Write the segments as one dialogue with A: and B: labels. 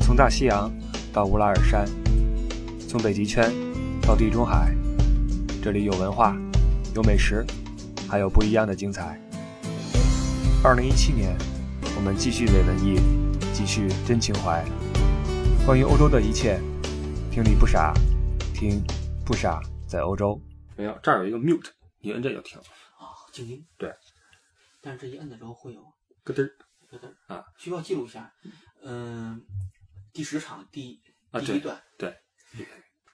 A: 从大西洋到乌拉尔山，从北极圈到地中海，这里有文化，有美食，还有不一样的精彩。二零一七年，我们继续伪文艺，继续真情怀。关于欧洲的一切，听你不傻，听不傻在欧洲。
B: 没有，这儿有一个 mute，你摁这就停，
C: 啊，静音。
B: 对。
C: 但是这一摁的时候会有
B: 咯噔儿
C: 咯噔儿
B: 啊，
C: 需要记录一下。嗯，第十场第
B: 啊
C: 第一
B: 对
C: 段，
B: 对，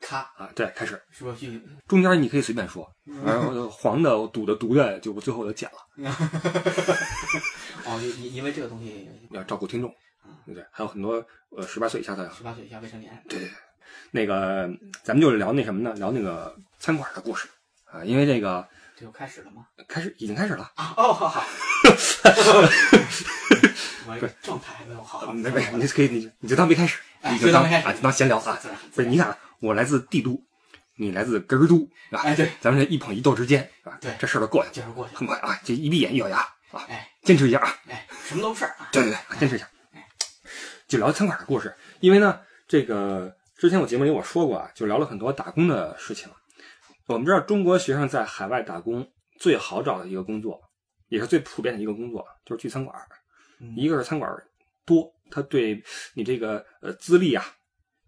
C: 咔，
B: 啊，对，开始，
C: 是不是去？
B: 中间你可以随便说，然后黄的、赌的、毒的，就我最后我就剪了，
C: 哦，因因因为这个东西，
B: 要照顾听众，
C: 嗯
B: 对不对？还有很多呃十八岁以下的，
C: 十八岁以下未成年。
B: 对对对，那个咱们就聊那什么呢？聊那个餐馆的故事啊，因为这个
C: 这就开始了吗？
B: 开始已经开始了，
C: 啊，哦，好 好。我这状态没有好，
B: 呃没没，你可以你你就当没开始，
C: 哦哎
B: 你就当
C: 就当没开始嗯
B: 啊就当闲聊啊
C: 自然，
B: 不是你俩，我来自帝都，你来自根儿都啊，
C: 哎对，
B: 咱们这一捧一逗之间啊，
C: 对
B: 这事儿就过去了，
C: 就是过去
B: 很
C: 了。
B: 快啊，这一闭眼一咬牙啊，
C: 哎
B: 坚持一下啊，
C: 哎，什么都不是啊。
B: 对对对，坚持一下，就聊餐馆的故事，因为呢，这个之前我节目里我说过啊，就聊了很多打工的事情。我们知道中国学生在海外打工最好找的一个工作，也是最普遍的一个工作，就是去餐馆儿。
C: 嗯
B: 一个是餐馆儿多，他对你这个呃资历啊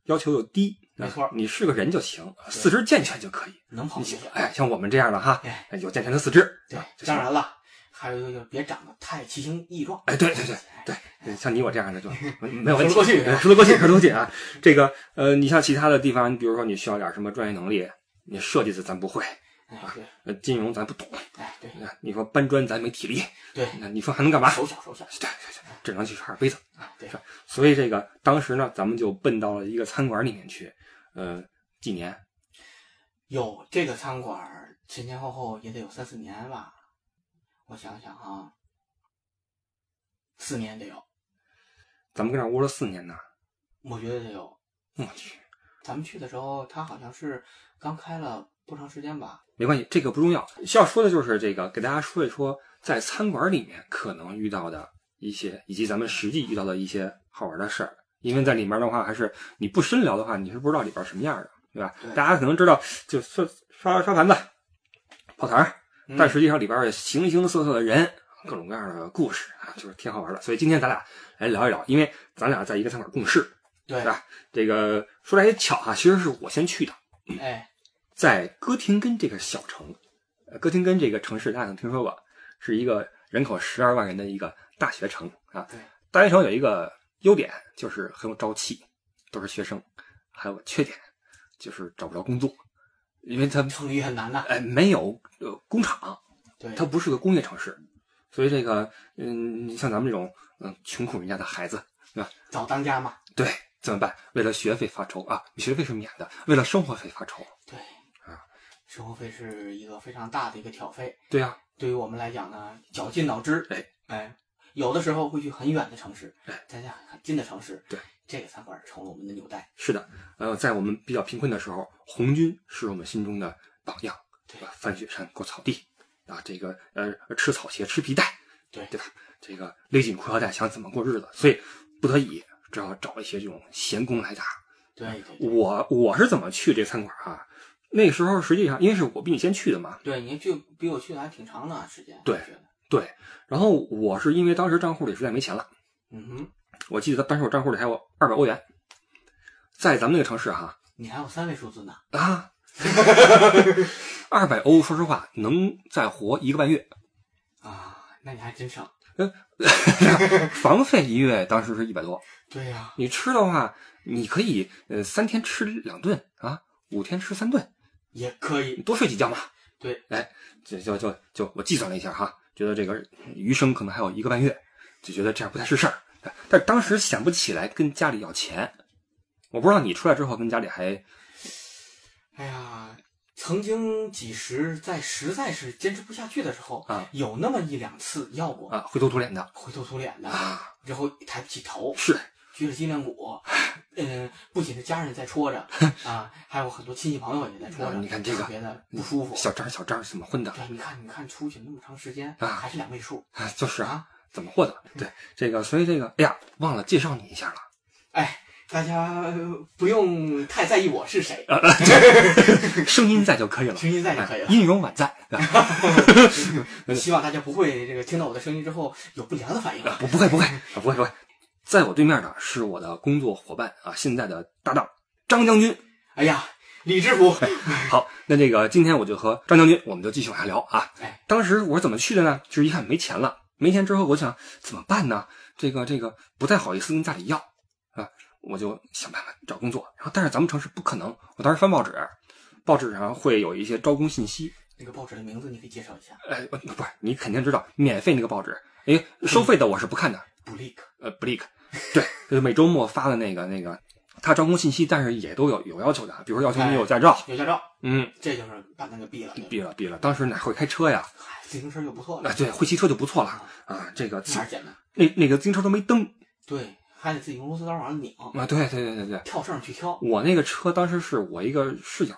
B: 要求又低，
C: 没错
B: 你是个人就行，四肢健全就可以。
C: 嗯能跑
B: 你
C: 就
B: 想
C: 行，
B: 哎，像我们这样的哈，
C: 哎
B: 有健全的四肢，
C: 对
B: 啊，就行
C: 当然了，还有就是别长得太奇形异状。
B: 哎，对对对对，像你我这样的 就没没有问题，
C: 说得过去
B: 对说得过去，说得过去啊。这个呃，你像其他的地方，你比如说你需要点什么专业能力，你设计咱不会，
C: 哎，对，
B: 呃，金融咱不懂，呃
C: 哎对
B: 你说搬砖咱没体力，
C: 对，
B: 那你说还能干嘛？
C: 手巧手巧。
B: 对对对，只能去刷点杯子。
C: 哎，对，
B: 所以这个当时呢，咱们就奔到了一个餐馆里面去，呃，几年
C: 有这个餐馆儿前前后后也得有三四年吧，我想想啊，四年得有，
B: 咱们跟这儿窝了四年呢，
C: 我觉得得有。
B: 我去，
C: 咱们去的时候，他好像是刚开了不长时间吧？
B: 没关系，这个不重要。要说的就是这个，给大家说一说在餐馆里面可能遇到的一些，以及咱们实际遇到的一些好玩的事儿。因为在里面的话，还是你不深聊的话，你是不知道里边什么样的，对吧？
C: 对
B: 大家可能知道，就刷刷刷盘子、跑堂儿，
C: 嗯
B: 嗯但实际上里边儿形形色色的人，各种各样的故事啊，就是挺好玩的。所以今天咱俩来聊一聊，因为咱俩在一个餐馆共事，
C: 对
B: 是，吧啊这个说来也巧啊，其实是我先去的。
C: 哎，
B: 在哥廷根这个小城，呃哥廷根这个城市大家可能听说过，是一个人口十二万人的一个大学城啊
C: 对。
B: 大学城有一个优点就是很有朝气，都是学生；还有缺点就是找不着工作，因为它
C: 成语很难呐。
B: 哎没有呃工厂，
C: 对，
B: 它不是个工业城市，所以这个嗯，像咱们这种嗯穷苦人家的孩子，
C: 找当家嘛。
B: 对怎么办？为了学费发愁啊，学费是免的，为了生活费发愁。
C: 对，
B: 啊，
C: 生活费是一个非常大的一个挑费，
B: 对啊呀、
C: 对于我们来讲呢，绞尽脑汁。
B: 哎
C: 哎，有的时候会去很远的城市，
B: 哎
C: 再加上很近的城市。
B: 对，
C: 这个餐馆儿成了我们的纽带。
B: 是的，呃，在我们比较贫困的时候，红军是我们心中的榜样，
C: 对
B: 对吧？翻雪山，过草地，啊，这个呃，吃草鞋，吃皮带，
C: 对
B: 对吧？这个勒紧裤腰带，想怎么过日子，所以不得已只好找一些这种闲工来打。
C: 对对对
B: 我我是怎么去这餐馆啊？那时候实际上因为是我比你先去的嘛，
C: 对，你去比我去的还挺长的时间。
B: 对
C: 我觉得
B: 对。然后我是因为当时账户里实在没钱了，
C: 嗯哼，
B: 我记得当时我账户里还有二百欧元，在咱们那个城市哈、
C: 你还有三位数字呢。
B: 啊， 二百欧，说实话，能再活一个半月。
C: 啊，那你还真省。
B: 房费一月当时是一百多，
C: 对呀、
B: 你吃的话，你可以呃三天吃两顿啊，五天吃三顿，
C: 也可
B: 你
C: 以。
B: 多睡几觉嘛。
C: 对，
B: 哎，就就就就我计算了一下哈，觉得这个余生可能还有一个半月，就觉得这样不太是事儿。但是当时想不起来跟家里要钱，我不知道你出来之后跟家里还
C: 哎呀，曾经几时在实在是坚持不下去的时候，
B: 啊
C: 有那么一两次要过，
B: 啊灰头土脸的
C: 灰头土脸的，
B: 啊，
C: 然后抬不起头，
B: 是
C: 撅着脊 梁骨。嗯，不仅是家人在戳着啊，还有很多亲戚朋友也在戳
B: 啊
C: 着，
B: 你看这个
C: 特别的不舒服。
B: 小张小张怎么混的
C: 对，你看，你看出去那么长时间，
B: 啊
C: 还是两位数。
B: 啊？就是啊
C: 啊。
B: 怎么获得？对这个，所以这个，哎呀，忘了介绍你一下了。
C: 哎，大家不用太在意我是谁，
B: 啊 声音在就可以了，
C: 声音在就可以了
B: 哎音容宛在，对吧啊
C: 希望大家不会这个听到我的声音之后有不良的反应啊。
B: 我不会，不会，我不会，不会。在我对面的是我的工作伙伴啊，现在的搭档张将军。
C: 哎呀，李知府，
B: 啊好，那这个今天我就和张将军，我们就继续往下聊啊
C: 哎。
B: 当时我是怎么去的呢？就是一看没钱了，没钱之后我想怎么办呢？这个这个不太好意思跟家里要啊，我就想办法找工作。然后但是咱们城市不可能，我当时翻报纸，报纸上会有一些招工信息，
C: 那个报纸的名字你可以介绍一下
B: 哎，不不是，你肯定知道，免费那个报纸，哎，收费的我是不看的。
C: ，Bleak。
B: 呃，Bleak，对， 就是每周末发的那个那个，他招工信息，但是也都有有要求的，比如说要求你有驾照，
C: 有驾照，
B: 嗯，
C: 这就是把那个毙了。对吧
B: 毙了毙了，当时哪会开车呀？
C: 嗨，自行车就不错了
B: 啊，，对，会骑车就不错了啊，这个
C: 哪儿捡的？
B: 那那个自行车都没灯
C: 对，还得自己用螺丝刀往上拧，
B: 啊，对对对对对，
C: 跳绳去挑。
B: 我那个车当时是我一个室友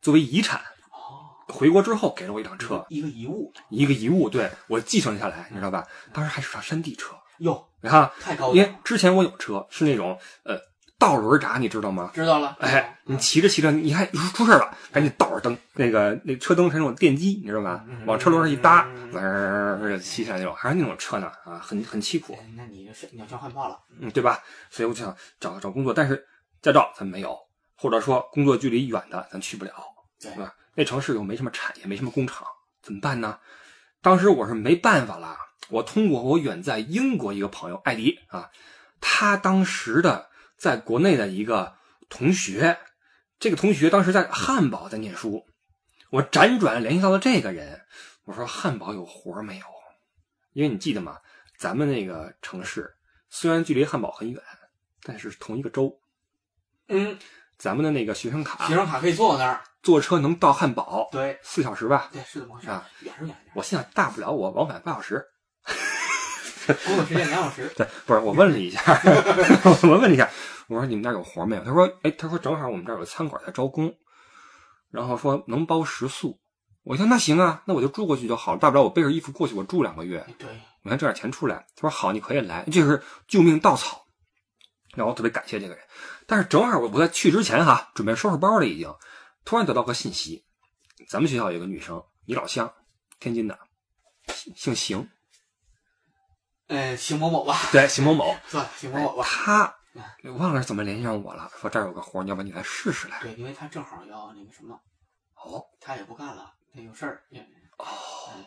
B: 作为遗产
C: 哦，
B: 回国之后给了我一辆车，
C: 一个遗物，
B: 一个遗物，对我继承下来，你知道吧？当时还是辆山地车，
C: 哟，
B: 你看啊，
C: 太高
B: 因为
C: 了。
B: 之前我有车是那种呃倒轮闸，你知道吗？
C: 知道了，
B: 哎，你骑着骑着，你看出出事儿了，赶紧倒着灯，那个那车灯是那种电机，你知道吧？往车轮上一搭，嗡骑起来那种，还是那种车呢啊，很很凄苦，
C: 哎那你就是鸟枪换炮了。
B: 嗯，对吧？所以我就想找找工作，但是驾照咱没有，或者说工作距离远的咱去不了，
C: 对
B: 对吧？那城市又没什么产业，没什么工厂，怎么办呢？当时我是没办法了，我通过我远在英国一个朋友艾迪啊，他当时的在国内的一个同学，这个同学当时在汉堡在念书，我辗转联系到了这个人，我说汉堡有活儿没有？因为你记得吗？咱们那个城市虽然距离汉堡很远，但是同一个州，
C: 嗯，
B: 咱们的那个学生卡
C: 学生卡可以坐我那儿。
B: 坐车能到汉堡
C: 对，
B: 四小时吧？
C: 对，是这么回事
B: 啊。
C: 远是远一点，
B: 我心想，大不了我往返半小时。
C: 工作时间两小时。
B: 对，不是我问了一下， 我问了一下，我说你们那儿有活没有？他说，哎，他说正好我们这儿有餐馆在招工，然后说能包食宿。我说那行啊，那我就住过去就好了，大不了我背着衣服过去，我住两个月，
C: 哎对，
B: 我先挣点钱出来。他说好，你可以来，这是救命稻草。然后我特别感谢这个人，但是正好我我在去之前哈，准备收拾包了已经，突然得到个信息，咱们学校有一个女生，你老乡，天津的，姓姓邢，
C: 呃，邢某某吧，
B: 对，邢某某，
C: 算了，邢某某吧。
B: 他哎忘了是怎么联系上我了，说这儿有个活儿，你要不然你来试试来。
C: 对，因为他正好要那个什么，
B: 哎哦，
C: 他也不干了，那有事儿。也哦，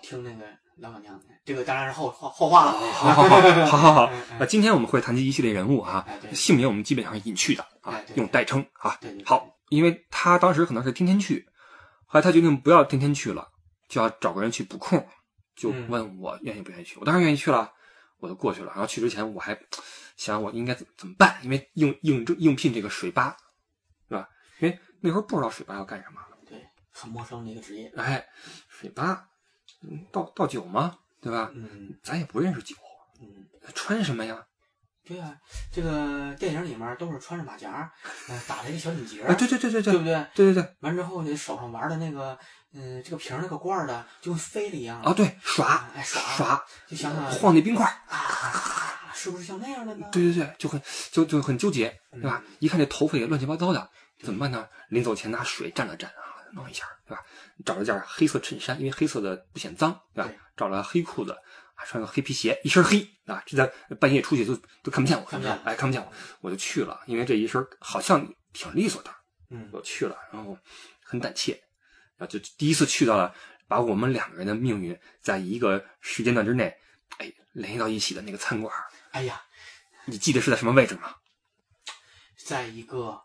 C: 听那个老板娘的，这个当然是后后后话了。
B: 好好好好好好
C: 嗯嗯。
B: 那今天我们会谈及一系列人物啊
C: 哎，对
B: 姓名我们基本上是隐去的啊
C: 哎，对
B: 用代称啊
C: 对对。对
B: 好，因为他当时可能是天天去，后来他决定不要天天去了，就要找个人去补空，就
C: 嗯
B: 问我愿意不愿意去。我当然愿意去了，我就过去了。然后去之前我还想我应该怎怎么办，因为应应应聘这个水吧，是吧？因为那时候不知道水吧要干什么。
C: 对，很陌生的一个职业。
B: 哎，水吧，嗯倒倒酒吗？对吧？
C: 嗯
B: 咱也不认识酒，
C: 嗯。
B: 穿什么呀？
C: 对啊，这个电影里面都是穿着马甲，呃，打了一个小领结儿，
B: 啊，对对对对对
C: 对不对？
B: 对对对，
C: 完之后，你手上玩的那个，嗯、这个瓶儿那个罐儿的，就跟飞了一样
B: 啊，对耍
C: 哎耍
B: 耍，
C: 就想想
B: 晃那冰块儿，
C: 啊，是不是像那样的呢？
B: 对对对，就很就就很纠结，对吧？
C: 嗯
B: 一看这头发也乱七八糟的，怎么办呢？临走前拿水蘸了蘸啊，弄一下，对吧？找了件黑色衬衫，因为黑色的不显脏，对吧
C: 对？
B: 找了黑裤子，还穿个黑皮鞋，一身黑啊，这在半夜出去都都看不见我，
C: 看不见
B: 哎，看不见我，我就去了，因为这一身好像挺利索的，
C: 嗯，
B: 我去了，然后很胆怯，然后就第一次去到了把我们两个人的命运在一个时间段之内，哎，联系到一起的那个餐馆儿。
C: 哎呀，
B: 你记得是在什么位置吗？
C: 在一个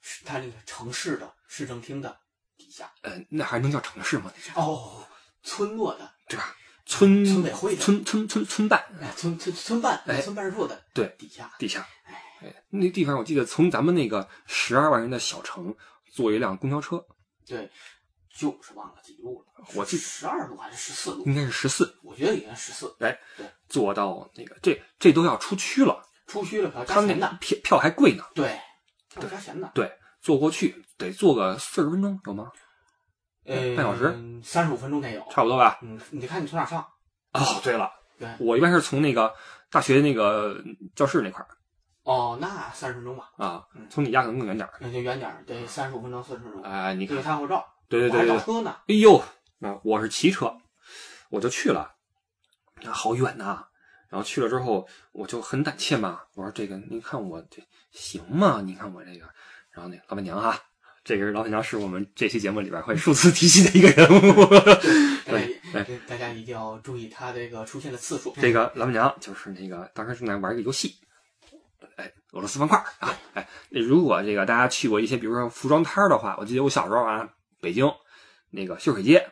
C: 是它那个城市的市政厅的底下，
B: 呃，那还能叫城市吗？
C: 哦，村落的，
B: 对吧？村
C: 村委会的
B: 村村村村办
C: 哎，村村村办、
B: 哎
C: 村办事处的
B: 对
C: 底下，
B: 地下，哎，那地方我记得从咱们那个十二万人的小城坐一辆公交车，
C: 对，就是忘了几路了，
B: 我记嗯
C: 十二路还是十四路？
B: 应该是十四，
C: 我觉得应该十四，
B: 坐到那个这这都要出区了，
C: 出区了可要
B: 他
C: 加
B: 们
C: 钱
B: 那
C: 的，
B: 票票还贵呢，
C: 对，要加钱的。
B: 对，坐过去得坐个四十分钟有吗？半
C: 呃，
B: 小时，
C: 三十五分钟得有。
B: 差不多吧。
C: 嗯，你得看你从哪儿上。
B: 哦，对了，
C: 对
B: 我一般是从那个大学那个教室那块儿，
C: 哦，那三十分钟吧，
B: 啊
C: 嗯，
B: 从你家可能更远点儿。
C: 那就远点儿，得三十五分钟、四十分钟。
B: 哎，你
C: 因
B: 看
C: 为，他护照，
B: 对对
C: 我还
B: 对对对，
C: 找车呢。
B: 哎呦，那我是骑车，我就去了，啊，好远呐、然后去了之后，我就很胆怯嘛，我说这个，您看我这行吗？你看我这个，然后那个老板娘啊，这个老板娘是我们这期节目里边会数次提及的一个人 物。 对，
C: 大家哎大家一定要注意他这个出现的次数。
B: 这个老板娘就是那个当时正在玩一个游戏，哎，俄罗斯方块啊，哎，那如果这个大家去过一些，比如说服装摊儿的话，我记得我小时候啊，北京那个秀水街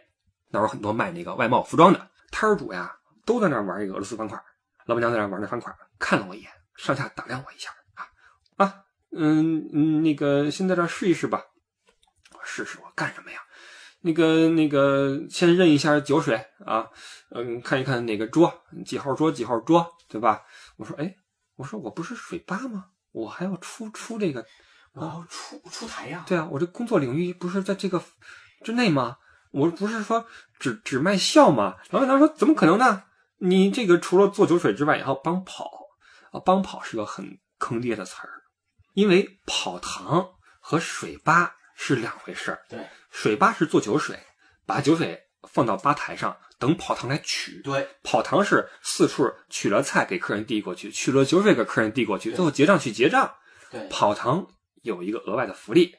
B: 那儿有很多卖那个外贸服装的摊儿主呀，都在那儿玩一个俄罗斯方块，老板娘在那儿玩那方块，看了我一眼，上下打量我一下啊啊，嗯嗯，那个先在这儿试一试吧，我试试我干什么呀？那个那个，先认一下酒水啊，嗯，看一看哪个桌几号桌几号桌，对吧？我说，哎，我说我不是水吧吗？我还要出出这个，
C: 我要哦出出台呀、
B: 对啊，我这工作领域不是在这个之内吗？我不是说只只卖笑吗？老板娘说怎么可能呢？你这个除了做酒水之外，也还要帮跑啊，帮跑是个很坑爹的词儿，因为跑堂和水吧是两回事儿。
C: 对
B: 水吧是做酒水，把酒水放到吧台上，等跑堂来取。
C: 对
B: 跑堂是四处取了菜给客人递过去，取了酒水给客人递过去，
C: 对
B: 最后结账去结账。
C: 对
B: 跑堂有一个额外的福利，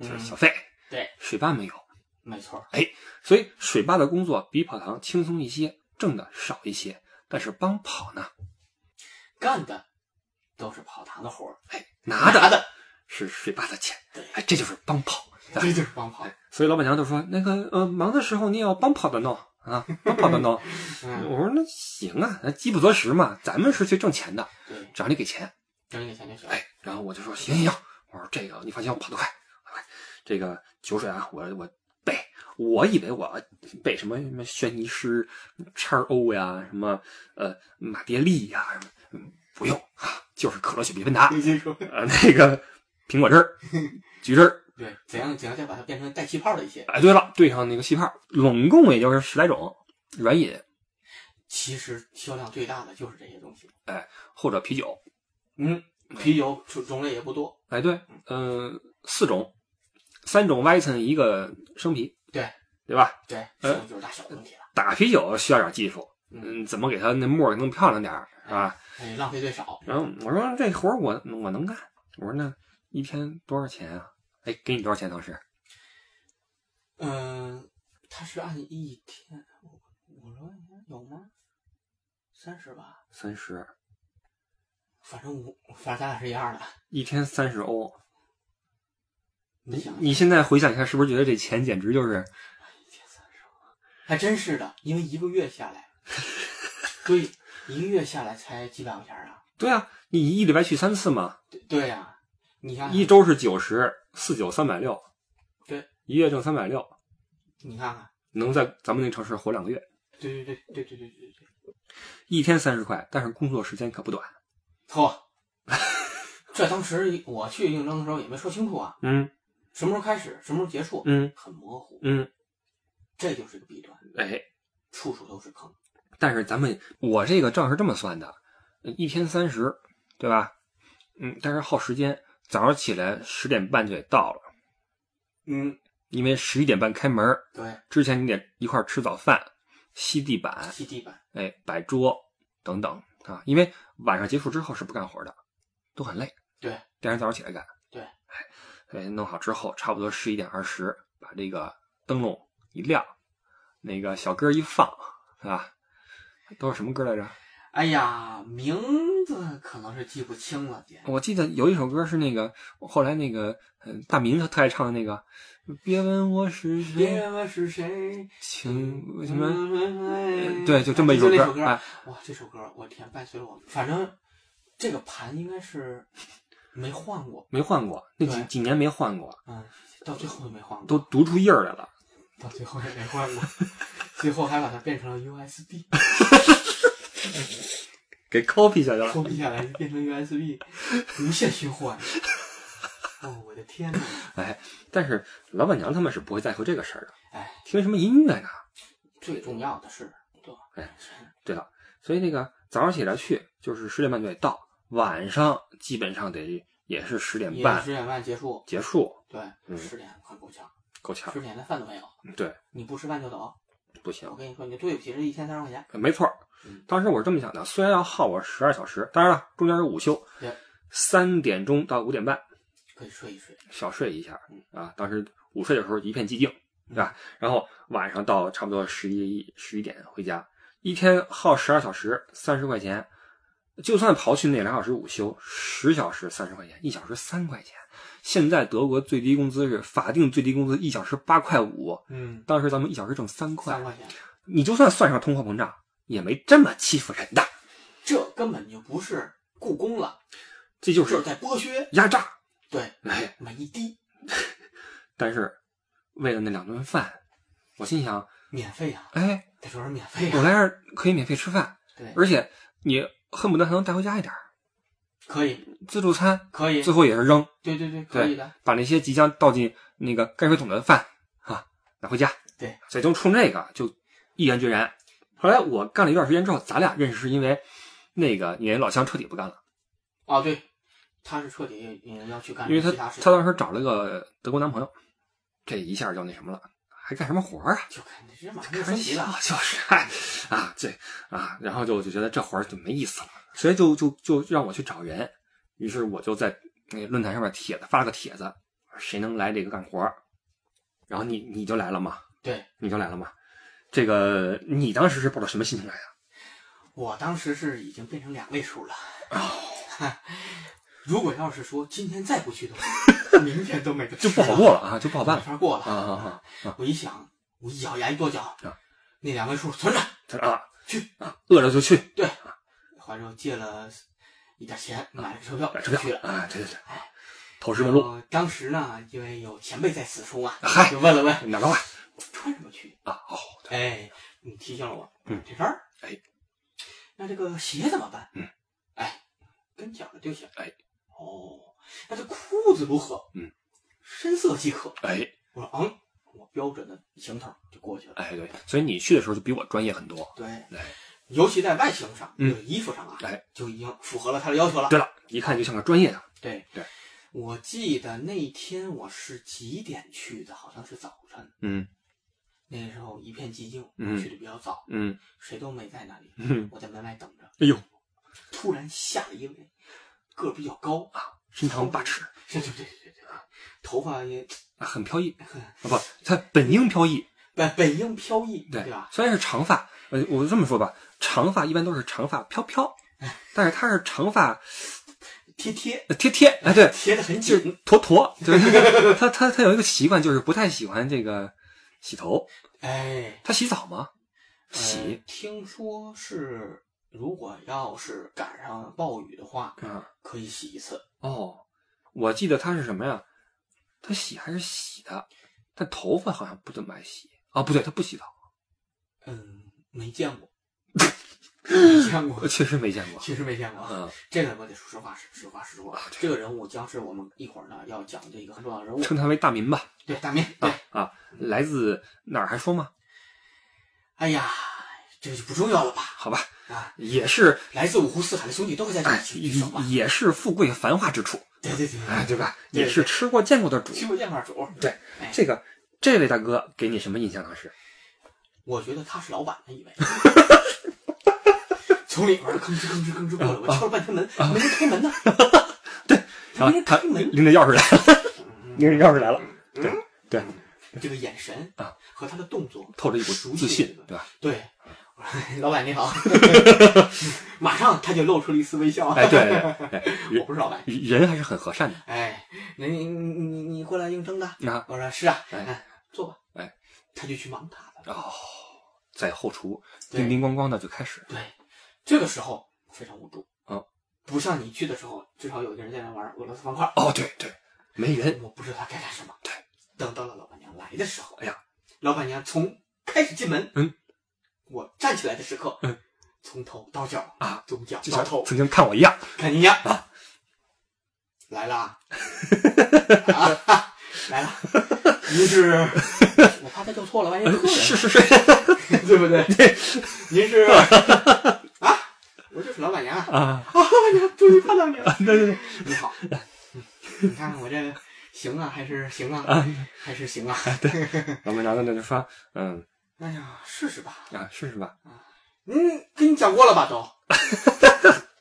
B: 就
C: 嗯
B: 是小费，
C: 对，
B: 水吧没有，
C: 没错儿。
B: 所以水吧的工作比跑堂轻松一些，挣的少一些，但是帮跑呢，
C: 干的都是跑堂的活儿，
B: 哎，拿的
C: 拿的
B: 是水吧的钱
C: 对，
B: 哎，这就是帮跑。
C: 这就是帮跑。
B: 所以老板娘就说：“那个呃，忙的时候你也要帮跑的弄啊，帮跑的弄。”
C: 嗯，
B: 我说那行啊，那饥不择食嘛，咱们是去挣钱的，
C: 对，
B: 只要你给钱。
C: 挣一个钱就行。
B: 哎，然后我就说行行行，我说这个你放心，我跑得快，跑得快。这个酒水啊，我我背，我以为我背什么什么轩尼诗、叉 O 呀，什么呃马爹利呀，什么嗯不用啊，就是可乐、雪碧、芬达，
C: 你先说。
B: 呃那个苹果汁儿、橘汁儿。
C: 对，怎样怎样再把它变成带气泡的一些，
B: 哎，对了，兑上那个气泡，拢共也就是十来种软饮
C: 其实销量最大的就是这些东西。
B: 或者啤酒。
C: 嗯，啤酒种种类也不多。
B: 哎，对，嗯、四种，三种 Weizen 一个生啤，
C: 对
B: 对吧？
C: 对，
B: 呃
C: 剩下就是大小问题了。
B: 打啤酒需要点技术，
C: 嗯，
B: 嗯，怎么给它那沫儿给弄漂亮点儿，是吧？
C: 哎，浪费最少。
B: 然后我说这活儿我我能干，我说那一天多少钱啊？哎，给你多少钱当时？
C: 嗯，他是按一天，我我说有吗？三十吧，
B: 三十，
C: 反正我反正咱俩是一样的。
B: 一天三十欧。
C: 你想，
B: 你现在回想一下，是不是觉得这钱简直就是
C: 一天三十，还真是的，因为一个月下 来，对，一个月下来才几百块钱啊。
B: 对啊？你一礼拜去三次嘛，
C: 对对呀、你看
B: 一周是九十四九三百六，
C: 对，
B: 一月挣三百六，
C: 你看看，
B: 能在咱们那城市活两个月，
C: 对对对对对对对对，
B: 一天三十块，但是工作时间可不短。
C: 嚯！ 这当时我去应征的时候也没说清楚啊，
B: 嗯
C: 什么时候开始，什么时候结束，
B: 嗯
C: 很模糊，
B: 嗯，
C: 这就是个弊端，
B: 哎，
C: 处处都是坑。
B: 但是咱们我这个账是这么算的，呃一天三十，对吧？嗯，但是耗时间，早上起来十点半就得到了，
C: 嗯，
B: 因为十一点半开门儿，
C: 对，
B: 之前你得一块儿吃早饭、吸地板、
C: 吸地板，
B: 哎摆桌等等啊，因为晚上结束之后是不干活的，都很累。
C: 对，
B: 第二天早上起来干。
C: 对
B: 哎，所以弄好之后，差不多十一点二十，把这个灯笼一亮，那个小歌一放，是吧？都是什么歌来着？
C: 哎呀，名字可能是记不清了，姐。
B: 我记得有一首歌是那个后来那个嗯大明他特爱唱的那个，别问我是
C: 别
B: 谁，
C: 问我是谁，
B: 请什么？
C: 么
B: 对，就这么一首歌
C: 就那首歌。
B: 啊，
C: 哇，这首歌我天，伴随了我。反正这个盘应该是没换过，
B: 没换过，那几
C: 对
B: 几年没换过，
C: 嗯，到最后也没换过，
B: 都读出印儿来了。
C: 到最后也没换过，最后还把它变成了 USB，
B: 给 copy 下去了。
C: 抠笔下来就变成 USB，无限循 环。哦，我的天呐，
B: 但是老板娘他们是不会在乎这个事儿的，
C: 哎，
B: 听什么音乐呢？
C: 最重要的是，对吧？
B: 哎对了，所以那个早上起来去就是十点半就得到，晚上基本上得也是十点
C: 也
B: 半
C: 十点半结束，
B: 结束，嗯
C: 对，十点快够呛，
B: 够呛
C: 十。点连饭都没有，
B: 对，
C: 你不吃饭就走，
B: 不行
C: 我。跟你说你就对不起这一千三十块钱。
B: 没错儿
C: 嗯，
B: 当时我是这么想的，虽然要耗我十二小时，当然了，中间是午休
C: 对，
B: 三点钟到五点半
C: 可以睡一睡，
B: 小睡一下
C: 嗯
B: 啊。当时午睡的时候一片寂静，对吧？然后晚上到差不多十一十一点回家，一天耗十二小时，三十块钱，就算刨去那两小时午休，十小时三十块钱，一小时三块钱。现在德国最低工资是法定最低工资一小时八块五，
C: 嗯，
B: 当时咱们一小时挣三块
C: 三，块钱，
B: 你就算算上通货膨胀，也没这么欺负人的。
C: 这根本就不是故宫了，
B: 这就
C: 这
B: 是
C: 是在剥削。
B: 压榨。
C: 对，
B: 哎，
C: 每一滴
B: 但是为了那两顿饭，我心想，
C: 免费啊，
B: 哎，
C: 得说是免费
B: 我
C: 啊。
B: 来这儿可以免费吃饭，
C: 对，
B: 而且你恨不得还能带回家一点儿
C: 可以，
B: 自助餐，
C: 可以，
B: 最后也是扔，
C: 对对对，可以的。
B: 把那些即将倒进那个泔水桶的饭啊拿回家。
C: 对，
B: 最终冲这个就毅然决然。后来我干了一段时间之后，咱俩认识是因为那个你老乡彻底不干了，
C: 哦，对，他是彻底嗯要去干
B: 因为他
C: 其他事
B: 他
C: 情，
B: 当时找了个德国男朋友，这一下就那什么了，还干什么活儿啊？
C: 就看这马上
B: 开
C: 就
B: 玩
C: 升级
B: 笑
C: 了，，
B: 就是哎啊，这啊，然后就就觉得这活儿就没意思了，所以就就就让我去找人，于是我就在那论坛上面帖子发了个帖子，谁能来这个干活儿，然后你你就来了嘛，
C: 对，
B: 你就来了嘛，这个你当时是抱着什么心情来啊的？
C: 我当时是已经变成两位数了。
B: 哦
C: 如果要是说今天再不去 的话，明天都没得
B: 就
C: 吃了
B: 不好过了啊，就不好办
C: 没
B: 了
C: 法过了
B: 啊啊啊！
C: 我一想，我一咬牙一跺脚
B: 啊，
C: 那两位数存着。
B: 他说啊，
C: 去
B: 啊，饿了就去
C: 对，怀柔借了一点钱买了个车票，
B: 嗯买车
C: 就去
B: 票
C: 了。
B: 啊，对对对
C: 哎，
B: 投石问路，
C: 后当时呢，因为有前辈在此处啊，
B: 嗨
C: 就问了问
B: 哪个话
C: 穿什么去。
B: 啊？哦，
C: 哎，你提醒了我，
B: 嗯，
C: 这事儿，
B: 哎，
C: 那这个鞋怎么办？
B: 嗯，
C: 哎，跟脚的就行。
B: 哎，
C: 哦，那这裤子如何？
B: 嗯，
C: 深色即可。
B: 哎
C: 我说，嗯，我标准的行头就过去了。
B: 哎，对，所以你去的时候就比我专业很多。哎
C: 对
B: 对，
C: 尤其在外形上，
B: 嗯
C: 就是衣服上啊，
B: 哎，
C: 就已经符合了他的要求了。
B: 对了，一看就像个专业的。
C: 对
B: 对，
C: 我记得那天我是几点去的？好像是早晨，
B: 嗯
C: 那时候一片寂静，
B: 嗯
C: 去的比较早，
B: 嗯
C: 谁都没在那里。
B: 嗯，
C: 我在门外等着，
B: 哎呦，
C: 突然吓了一位，个儿比较高啊，
B: 身长八尺，
C: 对对对对对，啊头发也
B: 啊很飘逸。啊不，他本应飘逸，
C: 本本应飘逸，
B: 对
C: 吧？
B: 虽然是长发，呃，我这么说吧，长发一般都是长发飘飘，但是他是长发
C: 贴贴
B: 呃贴贴，哎，对，
C: 贴的很
B: 就
C: 紧，
B: 是坨坨，对，他 他他他有一个习惯，就是不太喜欢这个洗头。
C: 哎，
B: 他洗澡吗？
C: 呃
B: 洗。
C: 听说是如果要是赶上暴雨的话，
B: 啊，
C: 可以洗一次。
B: 哦，我记得他是什么呀？他洗还是洗的，但头发好像不怎么爱洗啊。不对，他不洗澡，
C: 嗯，没见 过，没见过
B: 我，确实没见过。
C: 其实没见过。
B: 嗯，啊
C: 这个我得说实话实实话实说，这个人物将是我们一会儿呢要讲的一个很重要的人物。
B: 称他为大民吧。
C: 对，大明，对，
B: 啊啊，来自哪儿还说吗？
C: 哎呀，这个就不重要了吧？
B: 好吧，
C: 啊，
B: 也是，
C: 来自五湖四海的兄弟都会在这
B: 哎
C: 里，聚
B: 也
C: 聚首吧？
B: 也是富贵繁华之处，
C: 对对对，
B: 哎，对吧？
C: 对
B: 也是吃过见过的主。
C: 去过电话主，
B: 对
C: 哎，
B: 这个这位大哥给你什么印象？当啊时
C: 我觉得他是老板的一位。 从里边吭哧吭哧吭哧过来，我敲了半天门，没人开 门呢。对，
B: 啊
C: 没人，
B: 他
C: 开门，
B: 拎着钥匙来了，拎着钥匙来了，对对，
C: 这个眼神
B: 啊
C: 和他的动作
B: 透着一股
C: 熟悉
B: 自
C: 的
B: 信
C: 一个，
B: 对吧？
C: 对，我说老板 你好，马上他就露出了一丝微笑。
B: 哎，对，对 对
C: 我不是老板。
B: 人人还是很和善的。
C: 哎，你你你你过来应征的？
B: 那
C: 我说是啊，
B: 哎
C: 哎，坐吧。
B: 哎，
C: 他就去忙他的。
B: 哦，在后厨
C: 对
B: 叮叮咣咣的就开始，
C: 对，这个时候非常无助。
B: 嗯，
C: 不像你去的时候，至少有一个人在那玩俄罗斯方块。
B: 哦，对对，没人，
C: 我不知道他该干什么。
B: 哎对，
C: 等到了老板娘来的时候，
B: 哎呀，
C: 老板娘从开始进门，
B: 嗯，
C: 我站起来的时刻，
B: 嗯，
C: 从头到脚
B: 啊，
C: 从脚
B: 就
C: 到
B: 像
C: 头，
B: 曾经看我一样，
C: 看你呀，啊，来啦，啊，来啦，您是，我怕他叫错了，万一客
B: 呃是是
C: 人，
B: 是，
C: 对不对？您是，啊，我就是老板娘啊！
B: 啊，
C: 啊，老板娘，终于看到你了，
B: 对对对，
C: 你好，嗯你看看我这行啊，还是行啊，还是行啊！
B: 老板娘在那就说，嗯
C: 哎呀，试试吧。
B: 啊，试试吧，
C: 嗯，跟你讲过了吧 都，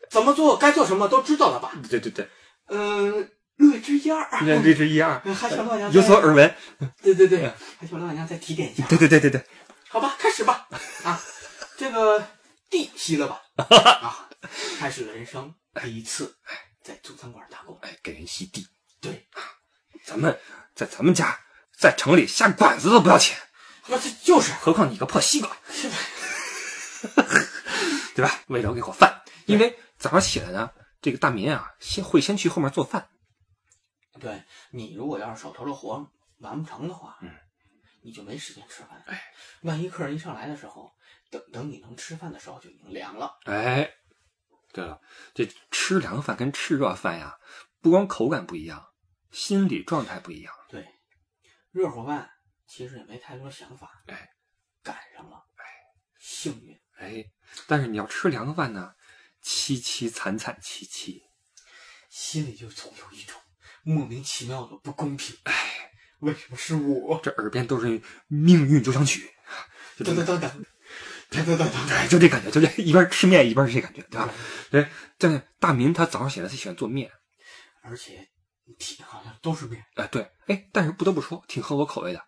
C: 怎么做该做什么都知道了吧？
B: 对对对，
C: 嗯，略知一二。
B: 这这是一样，
C: 嗯还请老板娘
B: 有所
C: 再
B: 耳闻，
C: 对对对，还请老板娘再提点一下。
B: 对对对对对，
C: 好吧，开始吧。啊，这个地吸了吧？啊，开始了人生第一次在中餐馆打工。
B: 哎，给人吸地，
C: 对，
B: 咱们在咱们家在城里下馆子都不要钱，
C: 我这就是
B: 何况你个破西瓜，对吧？为了给口饭，因为早上起来呢，这个大民啊，先会先去后面做饭，
C: 对你如果要是手头的活完不成的话，
B: 嗯，
C: 你就没时间吃饭。
B: 哎，
C: 万一客人一上来的时候，等等你能吃饭的时候就已经凉了。
B: 哎，对了，这吃凉饭跟吃热饭呀，不光口感不一样，心理状态不一样。
C: 对，热乎饭其实也没太多想法，
B: 哎，
C: 赶上了，哎，幸运。
B: 哎，但是你要吃凉饭呢，凄凄惨惨戚戚。
C: 心里就总有一种莫名其妙的不公平。哎，为什么是我？
B: 这耳边都是命运交响曲，就这
C: 噔
B: 么
C: 噔噔噔噔噔噔噔。
B: 哎，就这感觉，就这一边吃面一边是这感觉，对吧？对，但是大民他早上起来他喜欢做面，
C: 而且体好像都是面，
B: 哎，对，哎，但是不得不说，挺合我口味的。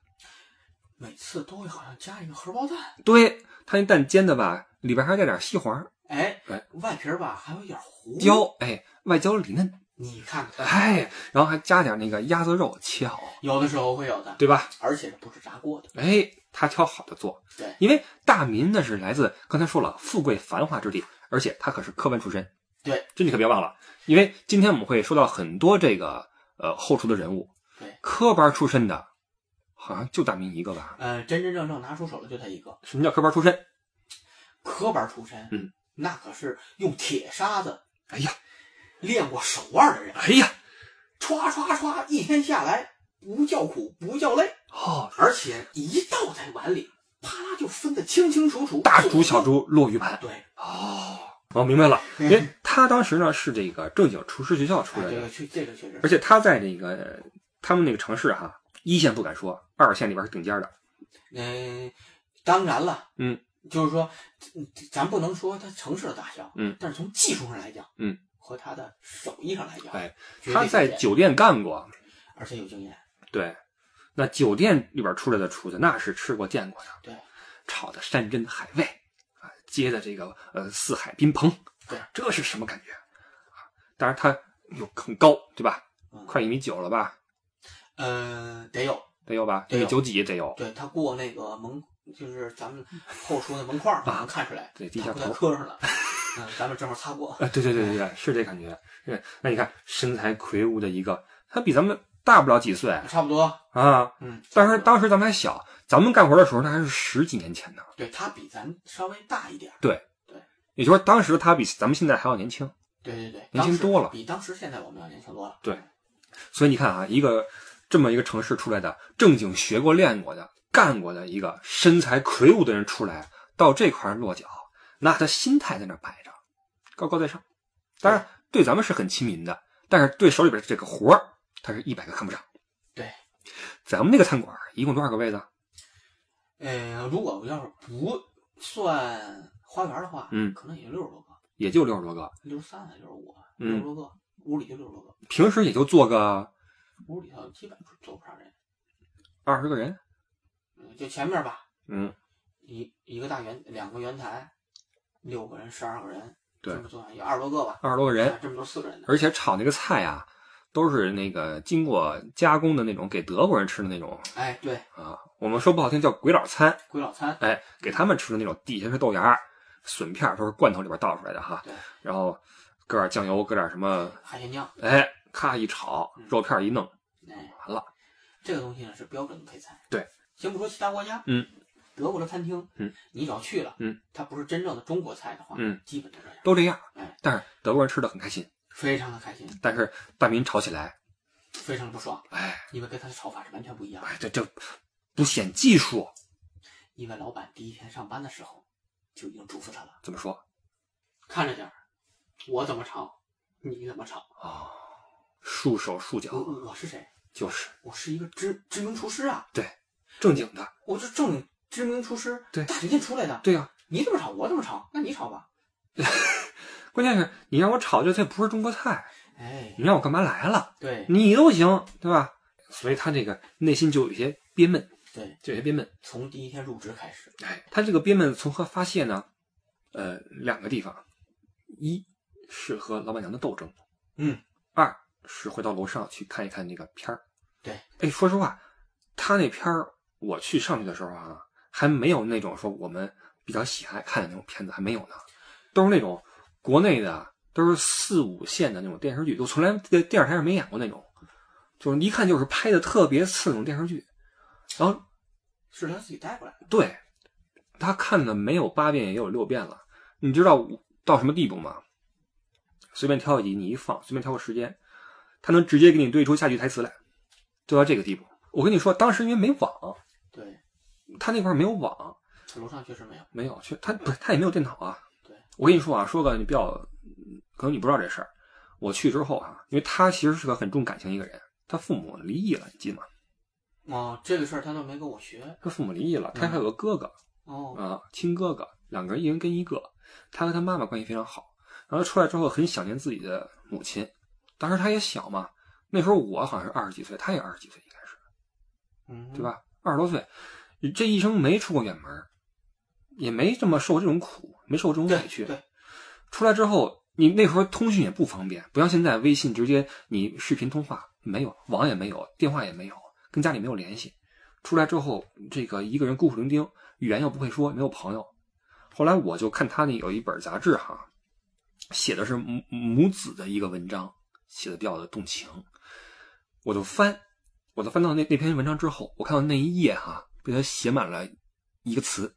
C: 每次都会好像加一个荷包蛋。
B: 对，他那蛋煎的吧，里边还带点西黄、
C: 哎
B: 哎，
C: 外皮儿吧还有一点糊。
B: 椒，哎，外焦里嫩，
C: 你看看，
B: 哎，然后还加点那个鸭子肉切好，
C: 有的时候会有的，
B: 对吧？
C: 而且不是炸锅的。
B: 哎，他挑好的做，
C: 对
B: 因为大民那是来自刚才说了富贵繁华之地，而且他可是科班出身，
C: 对，
B: 这你可别忘了，因为今天我们会说到很多这个呃后厨的人物，
C: 对
B: 科班出身的，好像就大民一个吧？
C: 呃，真真正正拿出手的就他一个，
B: 什么叫科班出身？
C: 科班出身，
B: 嗯，
C: 那可是用铁砂子
B: 哎呀，
C: 练过手腕的人，
B: 哎呀，
C: 歘歘歘，一天下来不叫苦不叫累，
B: 哦，
C: 而且一倒在碗里，啪啦就分得清清楚楚，
B: 大猪小猪落玉盘，
C: 对，
B: 哦，我、明白了，因 为他当时呢是这个正经厨师学校出
C: 哎
B: 来
C: 这
B: 的
C: 个，确这个确实
B: 而且他在这个呃他们那个城市哈、一线不敢说，二线里边是顶尖的。
C: 嗯，当然了，
B: 嗯，
C: 就是说，嗯咱不能说它城市的大小，
B: 嗯，
C: 但是从技术上来讲，
B: 嗯，
C: 和他的手艺上来讲，
B: 哎
C: 绝对
B: 他在
C: 有经验，
B: 酒店干过，
C: 而且有经验，
B: 对，那酒店里边出来的厨子那是吃过见过的，
C: 对，
B: 炒的山珍海味啊，接的这个呃四海宾朋，
C: 对，
B: 这是什么感觉啊？当然他有很高，对吧？
C: 嗯
B: 快一米九了吧？
C: 呃，得有，
B: 得有吧？一
C: 得有
B: 米九几得有，
C: 对他过那个门，就是咱们后厨那门框儿
B: 啊
C: 能看出来，
B: 对低
C: 他
B: 下
C: 不在
B: 头
C: 磕 上了，嗯，咱们正好擦过，
B: 啊，对对对对对，是这感觉。是那你看身材魁梧的一个，他比咱们大不了几岁
C: 差不多，
B: 啊，
C: 嗯，
B: 但是
C: 差不多
B: 当时咱们还小，咱们干活的时候那还是十几年前呢，
C: 对他比咱稍微大一点儿，
B: 也就是说当时他比咱们现在还要年轻。
C: 对对对，
B: 年轻
C: 当时
B: 多了
C: 比当时现在我们要年轻多了，
B: 对所以你看啊，一个这么一个城市出来的，正经学过、练过的、干过的一个身材魁梧的人出来，到这块儿落脚，那他心态在那儿摆着，高高在上。当然，对咱们是很亲民的，但是对手里边这个活儿，他是一百个看不上。
C: 对，
B: 咱们那个餐馆一共多少个位子？
C: 呃，如果要是不算花园的话，
B: 嗯
C: 可能也就六十多个，
B: 也就六十多个，
C: 六十三还是六十五，啊六
B: 嗯
C: 十多个，屋里就六十多个，
B: 平时也就坐个
C: 屋里头基本坐不上人，
B: 二十个人。
C: 嗯就前面吧，
B: 嗯，
C: 一一个大圆，两个圆台，六个人，十二个人，
B: 对
C: 这么坐上也二十多个吧，
B: 二十多个人
C: 啊，这么多四个人的，
B: 而且炒那个菜啊，都是那个经过加工的那种，给德国人吃的那种
C: 哎，对，
B: 啊，我们说不好听叫鬼佬餐，
C: 鬼佬餐，
B: 哎，给他们吃的那种地下是豆芽儿、笋片儿，都是罐头里边倒出来的哈
C: 对，
B: 然后搁点酱油，搁点什么，
C: 海鲜酱，
B: 哎，咔一炒，
C: 嗯
B: 肉片儿一弄，
C: 哎，
B: 完了，
C: 这个东西呢是标准的配菜，
B: 对，
C: 先不说其他国家，
B: 嗯。
C: 德国的餐厅，
B: 嗯，
C: 你只要去了，
B: 嗯，
C: 它不是真正的中国菜的话，
B: 嗯，
C: 基本都这样，
B: 都这样
C: 哎。
B: 但是德国人吃的很开心，
C: 非常的开心，
B: 但是大民炒起来，
C: 非常不爽。
B: 哎
C: 因为跟他的炒法是完全不一样的。
B: 哎，这这不显技术，
C: 因为老板第一天上班的时候就已经嘱咐他了，
B: 怎么说？
C: 看着点儿，我怎么唱，你怎么唱，
B: 啊，束手束脚
C: 我我是谁？
B: 就是
C: 我是一个知知名厨师啊，
B: 正经的，
C: 我是正经知名厨师，
B: 对
C: 大神仙出来的，
B: 对啊呀、
C: 你怎么炒我怎么炒，那你炒吧。
B: 关键是你让我炒这菜不是中国菜，
C: 哎，
B: 你让我干嘛来了？
C: 对
B: 你都行，对吧？所以他这个内心就有一些憋闷，
C: 对，
B: 就有些憋闷。
C: 从第一天入职开始，
B: 哎，他这个憋闷从何发泄呢？呃，两个地方，一是和老板娘的斗争，
C: 嗯，
B: 二是会到楼上去看一看那个片儿。
C: 对，
B: 哎，说实话，他那片儿我去上去的时候啊，还没有那种说我们比较喜爱看的那种片子，还没有呢，都是那种国内的，都是四五线的那种电视剧，就从来在电视台上没演过那种，就是一看就是拍的特别次那种电视剧。然后
C: 是他自己带过来的，
B: 对，他看的没有八遍也有六遍了。你知道我到什么地步吗？随便挑一集，你一放，随便挑个时间，他能直接给你对出下句台词来，就到这个地步。我跟你说，当时因为没网，
C: 对，
B: 他那块儿没有网，
C: 他楼上确实没有，
B: 没有，去他不是他也没有电脑啊。
C: 对，
B: 我跟你说啊，说个你比较，可能你不知道这事儿。我去之后啊，因为他其实是个很重感情一个人，他父母离异了，你记得吗？
C: 哦，这个事儿他都没跟我学，
B: 他父母离异了，他还有个哥哥，
C: 哦，
B: 啊，亲哥哥，两个人一人跟一个，他和他妈妈关系非常好。然后出来之后很想念自己的母亲，当时他也小嘛，那时候我好像是二十几岁，他也二十几岁，应该是
C: 嗯，
B: 对？吧？二十多岁，这一生没出过远门儿，也没这么受这种苦，没受这种
C: 对
B: 委屈。
C: 对，
B: 出来之后，你那时候通讯也不方便，不像现在微信直接你视频通话没有，网也没有，电话也没有，跟家里没有联系。出来之后，这个一个人孤苦伶仃，语言又不会说，没有朋友。后来我就看他那有一本杂志哈，写的是母母子的一个文章，写的比较的动情。我就翻，我就翻到那那篇文章之后，我看到那一页哈，被他写满了一个词，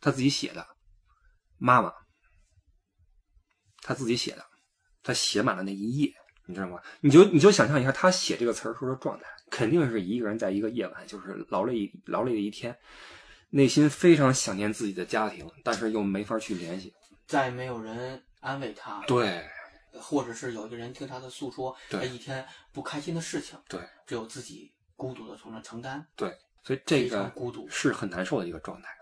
B: 他自己写的“妈妈”，他自己写的，他写满了那一页，你知道吗？你就你就想象一下他写这个词儿时候的状态，肯定是一个人在一个夜晚，就是劳累一劳累了一天，内心非常想念自己的家庭，但是又没法去联系。
C: 再没有人安慰他，
B: 对
C: 或者是有一个人听他的诉说，
B: 对
C: 他一天不开心的事情，
B: 对，
C: 只有自己孤独的从那承担，
B: 对，所以这
C: 非常
B: 个
C: 孤独
B: 是很难受的一个状态。嗯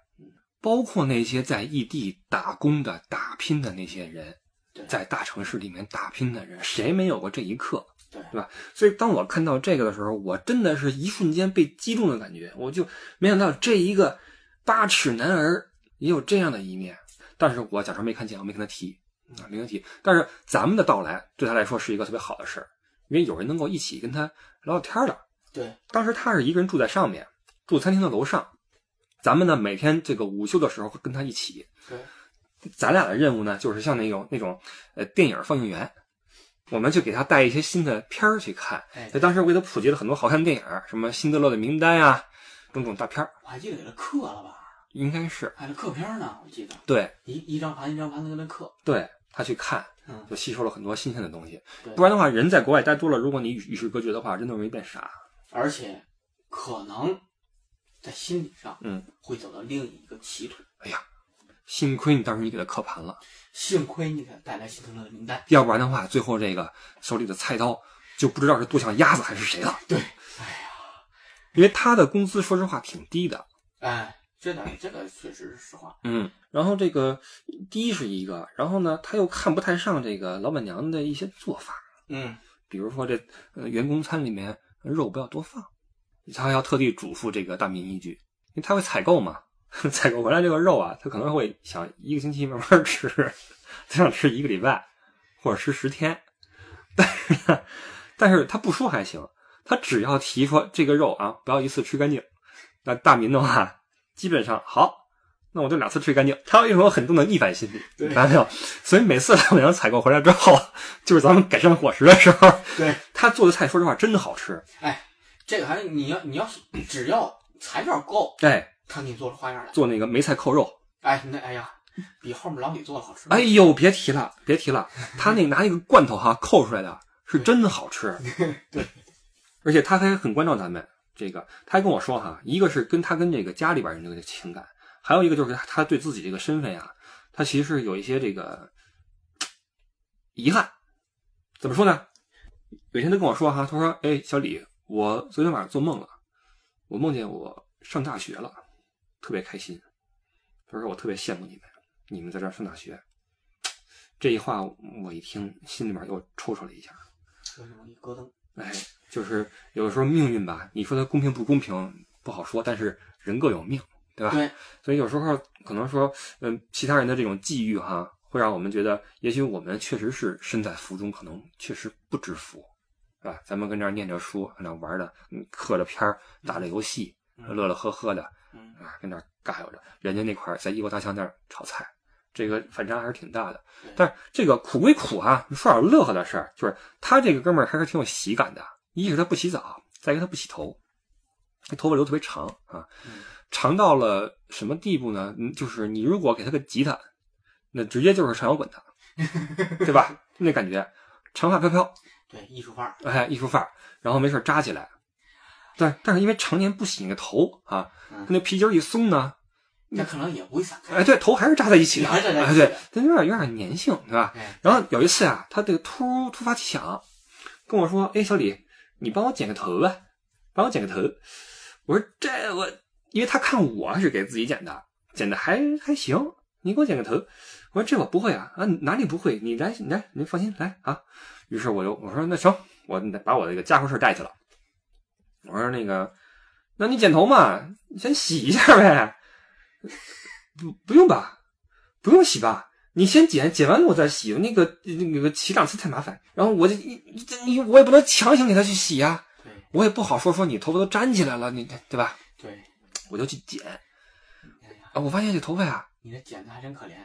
B: 包括那些在异地打工的、打拼的那些人
C: 对，
B: 在大城市里面打拼的人，谁没有过这一刻？
C: 对
B: 对吧？所以当我看到这个的时候，我真的是一瞬间被激动的感觉，我就没想到这一个八尺男儿也有这样的一面。但是我假装没看见，我没跟他提啊，没跟他提。但是咱们的到来对他来说是一个特别好的事儿，因为有人能够一起跟他聊聊天儿的。
C: 对，
B: 当时他是一个人住在上面，住餐厅的楼上。咱们呢，每天这个午休的时候会跟他一起。
C: 对，
B: 咱俩的任务呢，就是像那种那种呃电影放映员，我们就给他带一些新的片儿去看。
C: 哎
B: 所以，当时我给他普及了很多好看的电影儿，什么《辛德勒的名单》呀，种种大片儿，
C: 我还记得给他刻了吧，
B: 应该是
C: 还是刻片儿呢，我记得
B: 对
C: 一一张盘一张盘的跟他刻，
B: 对，他去看
C: 嗯，
B: 就吸收了很多新鲜的东西。
C: 对
B: 不然的话，人在国外待多了，如果你与与世隔绝的话，真的容易变傻。
C: 而且可能在心理上，
B: 嗯，
C: 会走到另一个歧途。
B: 幸亏你当时你给他刻盘了。
C: 幸亏你给他带来希特勒的名单，
B: 要不然的话，最后这个手里的菜刀就不知道是剁向鸭子还是谁了。
C: 对，哎
B: 因为他的工资说实话挺低的，
C: 哎，这点这个确实是实话，
B: 嗯，然后这个低是一个，然后呢他又看不太上这个老板娘的一些做法，
C: 嗯，
B: 比如说这呃员工餐里面呃肉不要多放，他还要特地嘱咐这个大民一句，因为他会采购嘛， 采购回来这个肉啊，他可能会想一个星期慢慢吃， 他想吃一个礼拜或者吃十天，但是呢，但是他不说还行，他只要提说这个肉啊不要一次吃干净，那大民的话基本上好。那我就两次吃干净，他有一种很重的逆反心理，
C: 对
B: 明白没有？所以每次老板娘采购回来之后，就是咱们改善伙食的时候，
C: 对，
B: 他做的菜，说实话真的好吃。
C: 这个还是你要你要是只要材料够，
B: 哎，
C: 他给你做出花样来，
B: 做那个梅菜扣肉，
C: 哎，那哎呀，比后面老李做的好吃，
B: 哎，呦，别提了，别提了，他那个拿那个罐头哈扣出来的是真的好吃。对，而且他还很关照咱们这个，他还跟我说哈，一个是跟他跟这个家里边人的这个情感，还有一个就是他对自己这个身份呀、他其实有一些这个遗憾。怎么说呢？有一天他跟我说哈，他说：“哎，小李，我昨天晚上做梦了，我梦见我上大学了，特别开心。”他说：“我特别羡慕你们，你们在这儿上大学。”这一话我一听，心里面又抽抽了一下。
C: 我容易咯噔。
B: 哎，就是有的时候命运吧，你说它公平不公平不好说，但是人各有命，对吧？
C: 对，
B: 所以有时候可能说，嗯，其他人的这种际遇哈，会让我们觉得，也许我们确实是身在福中，可能确实不知福，啊，咱们跟这儿念着书，跟这儿玩着，嗯嗑着片儿，打着游戏，
C: 嗯
B: 乐乐呵呵的，
C: 嗯，
B: 啊，跟那儿尬悠着，人家那块儿在异国他乡那儿炒菜，这个反差还是挺大的
C: 对。
B: 但是这个苦归苦啊，说点乐呵的事儿，就是他这个哥们儿还是挺有喜感的。一是他不洗澡，再一个他不洗头，他头发留特别长啊
C: 嗯，
B: 长到了什么地步呢？嗯就是你如果给他个吉他，那直接就是唱摇滚的，对吧？那感觉长发飘飘，
C: 对，艺术范儿。
B: 哎，艺术范儿，然后没事儿扎起来。但但是因为常年不洗那个头啊，
C: 嗯
B: 他那皮筋儿一松呢，
C: 那可能也不会散开。
B: 哎，对，头还是扎在一起的，
C: 还是扎在一
B: 哎，
C: 起的
B: 对，但有点有点粘性，对吧？
C: 哎，
B: 然后有一次啊，他这个突突发奇想，跟我说：“哎，小李，你帮我剪个头吧，帮我剪个头。”我说：“这我，因为他看我是给自己剪的，剪的还还行，你给我剪个头。”我说：“这我不会啊，啊哪里不会？你来，你来，你放心来啊。”于是我就我说：“那成，我把我这个家伙事儿带去了。”我说：“那个，那你剪头嘛，你先洗一下呗。”不不用吧，不用洗吧。你先剪，剪完了我再洗，那个那个洗两次太麻烦。然后我就你你你我也不能强行给他去洗呀、
C: 对
B: 我也不好说说你头发都粘起来了，你对吧？
C: 对，
B: 我就去剪
C: 哎呀，
B: 啊，我发现这头发呀，
C: 你这剪的还真可怜。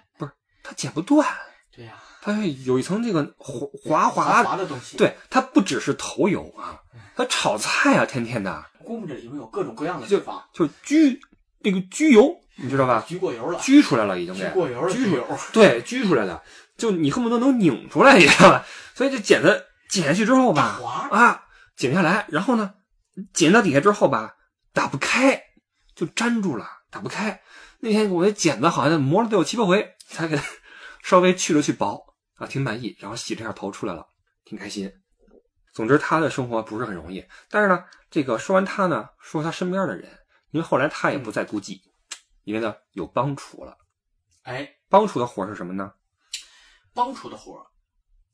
B: 它剪不断，
C: 对呀，
B: 它会有一层这个滑滑
C: 滑
B: 滑的。
C: 的东西。，
B: 对，它不只是头油啊，它炒菜啊，天天的
C: 估摸着里面有各种各样的
B: 就
C: 地方，
B: 就焗那个焗油，你知道吧？
C: 焗过油了，
B: 焗出来了已经给
C: 焗过油了，
B: 焗
C: 焗
B: 出
C: 油。
B: 对，焗出来的，就你恨不得能拧出来一样。所以这剪子剪下去之后吧，
C: 滑
B: 啊，剪下来，然后呢，剪到底下之后吧，打不开，就粘住了，打不开。那天我那剪子好像磨了得有七八回，才给它 稍微去了去薄啊，挺满意。然后洗了下头出来了，挺开心。总之，他的生活不是很容易。但是呢，这个说完他呢，说他身边的人，因为后来他也不再孤寂，因为呢有帮厨了。
C: 哎，
B: 帮厨的活儿是什么呢？
C: 帮厨的活儿，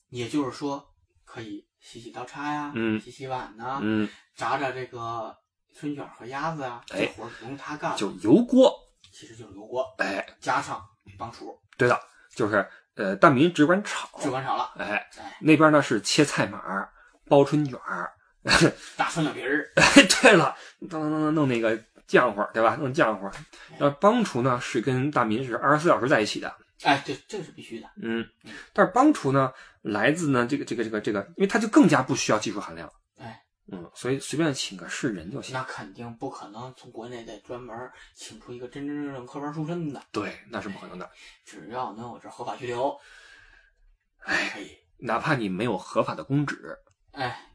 C: 也就是说可以洗洗刀叉呀，
B: 嗯
C: 洗洗碗呐，
B: 嗯，
C: 炸炸这个春卷和鸭子啊，
B: 哎
C: 这活儿不用他干，
B: 就油锅。
C: 其实就是油锅
B: 哎，
C: 加上帮厨，
B: 对的，就是呃，大民只管炒，
C: 就完成了。
B: 哎
C: 哎，
B: 那边呢是切菜码儿、包春卷儿。
C: 大春两皮儿，
B: 哎，对了，当当当当弄那个浆糊儿，对吧？弄浆糊儿。然后帮厨呢是跟大民是二十四小时在一起的，
C: 哎，对，这个是必须的。
B: 嗯，但是帮厨呢来自呢这个这个这个这个，因为他就更加不需要技术含量，
C: 哎，
B: 嗯，所以随便请个是人就行。
C: 那肯定不可能从国内再专门请出一个真真正正科班出身的，
B: 对，那是不可能的。
C: 只要能有这合法居留，哎，可以，
B: 哪怕你没有合法的公职，
C: 哎，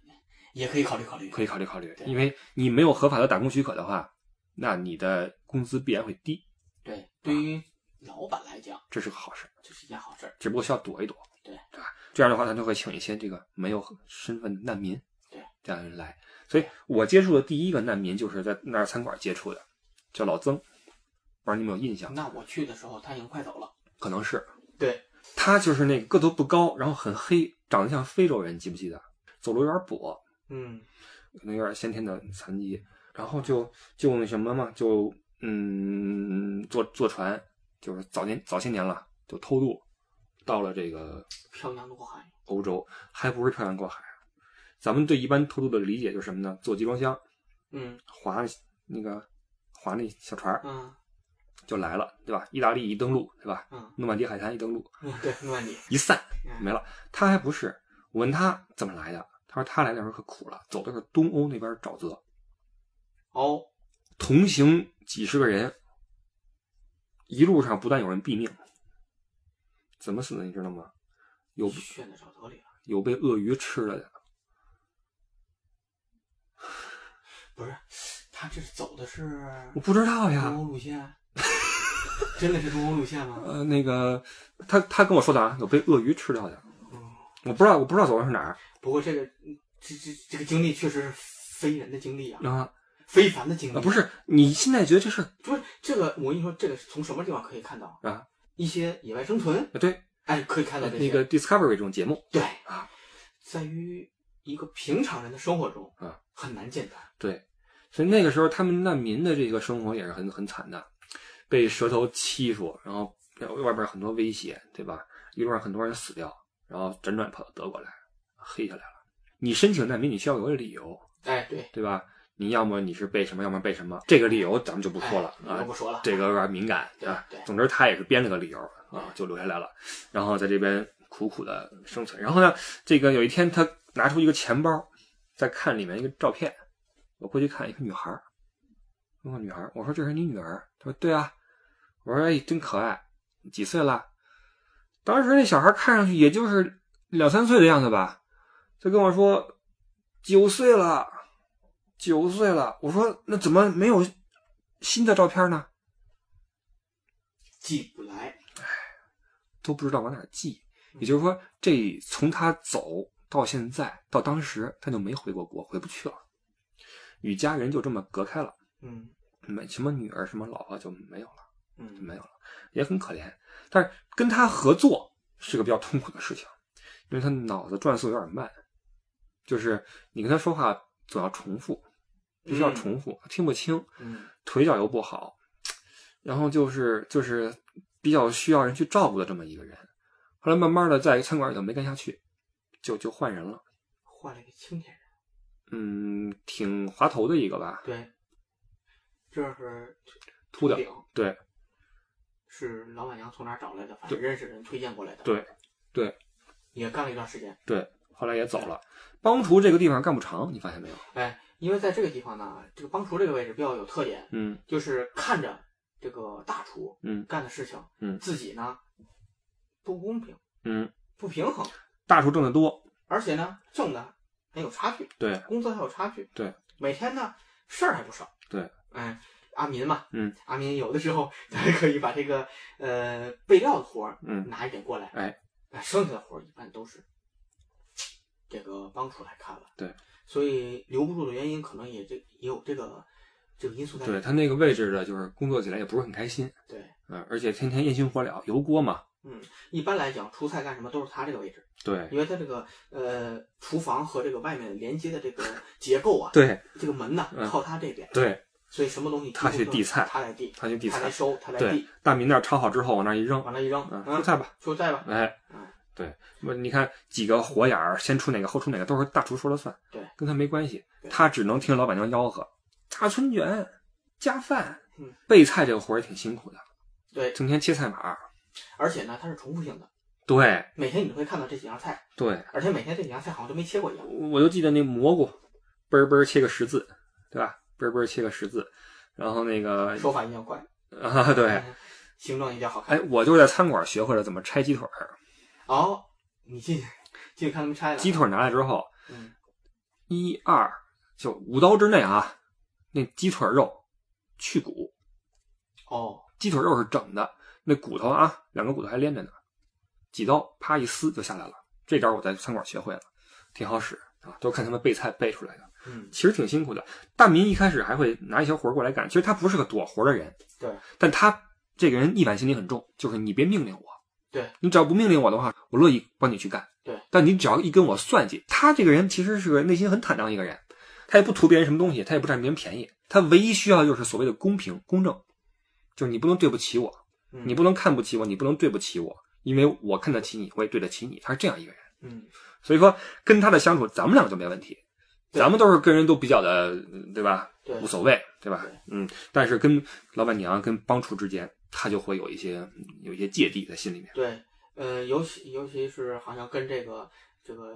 C: 也可以考虑考虑。
B: 可以考虑考虑，
C: 对
B: 因为你没有合法的打工许可的话，那你的工资必然会低，啊
C: 对，对于老板来讲，
B: 这是个好事，
C: 这是一件好事儿。
B: 只不过需要躲一躲，
C: 对
B: 对吧？这样的话，他就会请一些这个没有身份的难民，
C: 对
B: 这样的人来。所以我接触的第一个难民就是在那儿餐馆接触的，叫老曾，不知道你有没有印象？
C: 那我去的时候，他已经快走了。
B: 可能是
C: 对，
B: 他就是那个个头不高，然后很黑，长得像非洲人，记不记得？走路有点跛，
C: 嗯，
B: 可能有点先天的残疾，然后就就那什么嘛，就嗯坐坐船，就是早年早些年了，就偷渡到了这个
C: 漂洋过海。
B: 欧洲，还不是漂洋过海。啊咱们对一般偷渡的理解就是什么呢？坐集装箱，
C: 嗯
B: 划那个划那小船儿
C: 嗯
B: 就来了，对吧？意大利一登陆，对吧？
C: 嗯
B: 诺曼底海滩一登陆
C: 嗯，对，诺曼底。
B: 一散
C: 嗯
B: 没了。他还不是，我问他怎么来的，他说他来的时候可苦了，走的是东欧那边沼泽，
C: 哦，
B: 同行几十个人，一路上不但有人毙命，怎么死的你知道吗？有
C: 炫的找得里了。
B: 有被鳄鱼吃了的，
C: 不是，他这是走的是
B: 我不知道
C: 东
B: 呀。
C: 欧路线， 真的是东欧路线吗？
B: 呃，那个他他跟我说的啊，有被鳄鱼吃掉的，
C: 嗯，
B: 我不知道，我不知道走的是哪儿
C: 不过这个这这这个经历确实是非人的经历啊，
B: 啊、
C: 非凡的经历。
B: 啊不是你现在觉得这事儿
C: 不是这个，我跟你说，这个是从什么地方可以看到
B: 啊？
C: 一些野外生存，
B: 啊对，
C: 哎，可以看到这些。
B: 那个 Discovery 这种节目，
C: 对
B: 啊，
C: 在于一个平常人的生活中
B: 啊，
C: 很难见到。
B: 对，所以那个时候他们难民的这个生活也是很很惨的，被蛇头欺负，然后外边很多威胁，对吧？一路上很多人死掉，然后辗转跑到德国来，黑下来了。你申请难民，你需要有个理由，
C: 哎，对，
B: 对吧？你要么你是被什么，要么被什么，这个理由咱们就不说了
C: 哎
B: 啊
C: 我，不说了。
B: 这个有点敏感
C: 对
B: 啊
C: 对。
B: 总之他也是编了个理由啊，就留下来了，然后在这边苦苦的生存。然后呢，这个有一天他拿出一个钱包，在看里面一个照片，我过去看一个女孩儿，我说女孩儿，我说这是你女儿，她说对啊，我说哎真可爱，几岁了？当时那小孩看上去也就是两三岁的样子吧，他跟我说九岁了，九岁了。我说那怎么没有新的照片呢？
C: 记不来，
B: 都不知道往哪儿寄。也就是说，这从他走到现在到当时，他就没回过国，回不去了，与家人就这么隔开了，
C: 嗯
B: 没什么女儿什么老婆就没有了，就
C: 嗯，
B: 没有了，也很可怜。但是跟他合作是个比较痛苦的事情，因为他脑子转速有点慢，就是你跟他说话总要重复，必须要
C: 嗯
B: 重复，听不清。
C: 嗯
B: 腿脚又不好，然后就是就是比较需要人去照顾的这么一个人。后来慢慢的在餐馆里头没干下去，就就换人了，
C: 换了一个青年人，
B: 嗯，挺滑头的一个吧，
C: 对，这是
B: 秃的，
C: 顶
B: 对
C: 是老板娘从哪儿找来的，反正认识人推荐过来的，
B: 对，
C: 也干了一段时间。
B: 对，后来也走了。帮厨这个地方干不长，你发现没有？
C: 哎，因为在这个地方呢，这个帮厨这个位置比较有特点，
B: 嗯
C: 就是看着这个大厨
B: 嗯
C: 干的事情，
B: 嗯
C: 自己呢不公平、
B: 嗯，
C: 不平衡，
B: 大厨挣得多，
C: 而且呢挣的还有差距，
B: 对
C: 工作还有差距，
B: 对，
C: 每天呢事儿还不少，
B: 对，
C: 哎，阿民嘛，
B: 嗯，
C: 阿民有的时候他还可以把这个呃备料的活儿
B: 嗯
C: 拿一点过来，
B: 哎，
C: 剩下的活儿一般都是这个帮厨来干了，
B: 对，
C: 所以留不住的原因可能也这也有这个这个因素在里
B: 对
C: 面，
B: 他那个位置的，就是工作起来也不是很开心，
C: 对，
B: 嗯、而且天天烟熏火燎，油锅嘛，
C: 一般来讲出菜干什么都是他这个位置。
B: 对
C: 因为它这个呃厨房和这个外面连接的这 个结构啊，
B: 对
C: 这个门呐
B: 嗯
C: 靠它这边，
B: 对，
C: 所以什么东西
B: 他去递菜
C: 他来递，
B: 他去递
C: 他来
B: 菜，
C: 收，他来
B: 对
C: 递，，
B: 大米那儿焯好之后往那儿一扔，
C: 往那一扔，
B: 嗯，
C: 嗯
B: 出菜吧。
C: 出菜吧，
B: 哎
C: 嗯，
B: 对，不，你看几个火眼儿，先出哪个后出哪个，都是大厨说了算，
C: 对，
B: 跟他没关系，
C: 对
B: 他只能听老板娘吆喝。大春卷加饭
C: 嗯，
B: 备菜这个活儿也挺辛苦的，
C: 对，
B: 整天切菜码儿。
C: 而且呢它是重复性的，
B: 对
C: 每天你都会看到这几样菜，
B: 对，
C: 而且每天这几样菜好像都没切过一样，
B: 我就记得那蘑菇，嘣儿嘣儿切个十字，对吧？嘣儿嘣儿切个十字，然后那个
C: 手法一样快，
B: 啊， 对，
C: 嗯，形状一定要好看
B: 哎，，我就是在餐馆学会了怎么拆鸡腿儿，
C: 哦，你进进去看他们拆了，
B: 鸡腿儿拿来之后，
C: 嗯，
B: 一二就五刀之内啊，那鸡腿儿肉去骨，
C: 哦，
B: 鸡腿肉是整的，那骨头啊，两个骨头还连着呢，几刀啪一撕就下来了。这招我在餐馆学会了，挺好使啊，都是看他们备菜备出来的，
C: 嗯，
B: 其实挺辛苦的。大民一开始还会拿一些活儿过来干，其实他不是个躲活儿的人，
C: 对，
B: 但他这个人逆反心理很重，就是你别命令我，
C: 对
B: 你只要不命令我的话，我乐意帮你去干，
C: 对，
B: 但你只要一跟我算计，他这个人其实是个内心很坦荡一个人，他也不图别人什么东西，他也不占别人便宜，他唯一需要的就是所谓的公平公正，就是你不能对不起我，
C: 嗯
B: 你不能看不起我，你不能对不起我，因为我看得起你，我也对得起你。他是这样一个人，
C: 嗯，
B: 所以说跟他的相处，咱们两个就没问题，
C: 对
B: 咱们都是跟人都比较的，嗯对吧？
C: 对
B: 无，所谓，对吧
C: 对？
B: 嗯，但是跟老板娘、跟帮厨之间，他就会有一些嗯有一些芥蒂在心里面。
C: 对，呃，尤其尤其是好像跟这个这个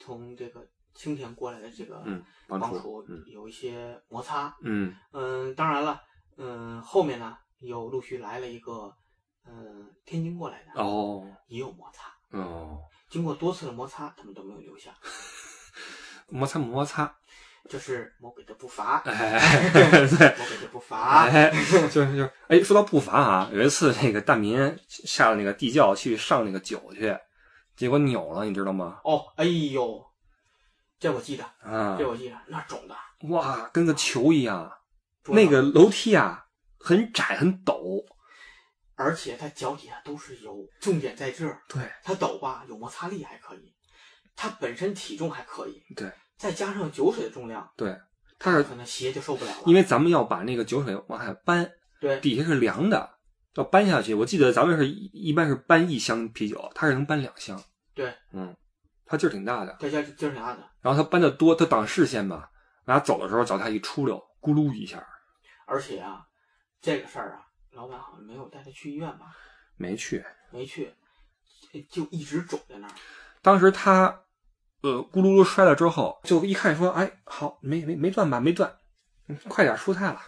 C: 从这个青田过来的这个
B: 嗯，帮
C: 帮
B: 厨
C: 厨，
B: 嗯
C: 有一些摩擦。
B: 嗯
C: 嗯，当然了，嗯，后面呢又陆续来了一个，嗯，天津过来的，
B: 哦
C: 也有摩擦。
B: 哦，
C: 经过多次的摩擦，他们都没有留下，
B: 摩擦摩擦，
C: 这是魔鬼的步伐，
B: 哎，对。
C: 魔鬼的步伐。
B: 哎，就是就是，哎，说到步伐啊，有一次那个大民下了那个地窖去上那个酒去，结果扭了，你知道吗？
C: 哦，哎呦，这我记得，
B: 啊
C: 这，我记得，那肿的，
B: 哇，跟个球一样，
C: 肿的
B: 那个，楼梯啊很窄很陡，
C: 而且它脚底下都是油，重点在这儿，
B: 对，
C: 它抖吧有摩擦力还可以，它本身体重还可以，
B: 对，
C: 再加上酒水的重量，
B: 对，它是
C: 可能鞋就受不了了，
B: 因
C: 为
B: 为咱们要把那个酒水往下搬，
C: 对
B: 底下是凉的，要搬下去。我记得咱们是一一般是搬一箱啤酒，它是能搬两箱。
C: 对，
B: 嗯，它劲儿挺大的。
C: 再加精神啥的，
B: 然后它搬的多，它挡视线嘛，然后走的时候脚下一出溜，咕噜一下，
C: 而且啊，这个事儿啊，老板好像没有带他去医院吧？
B: 没去。
C: 没去，就一直肿在那儿。
B: 当时他，呃，咕噜噜摔了之后，就一看说，哎，好，没没没断吧，没断，嗯，快点出菜了。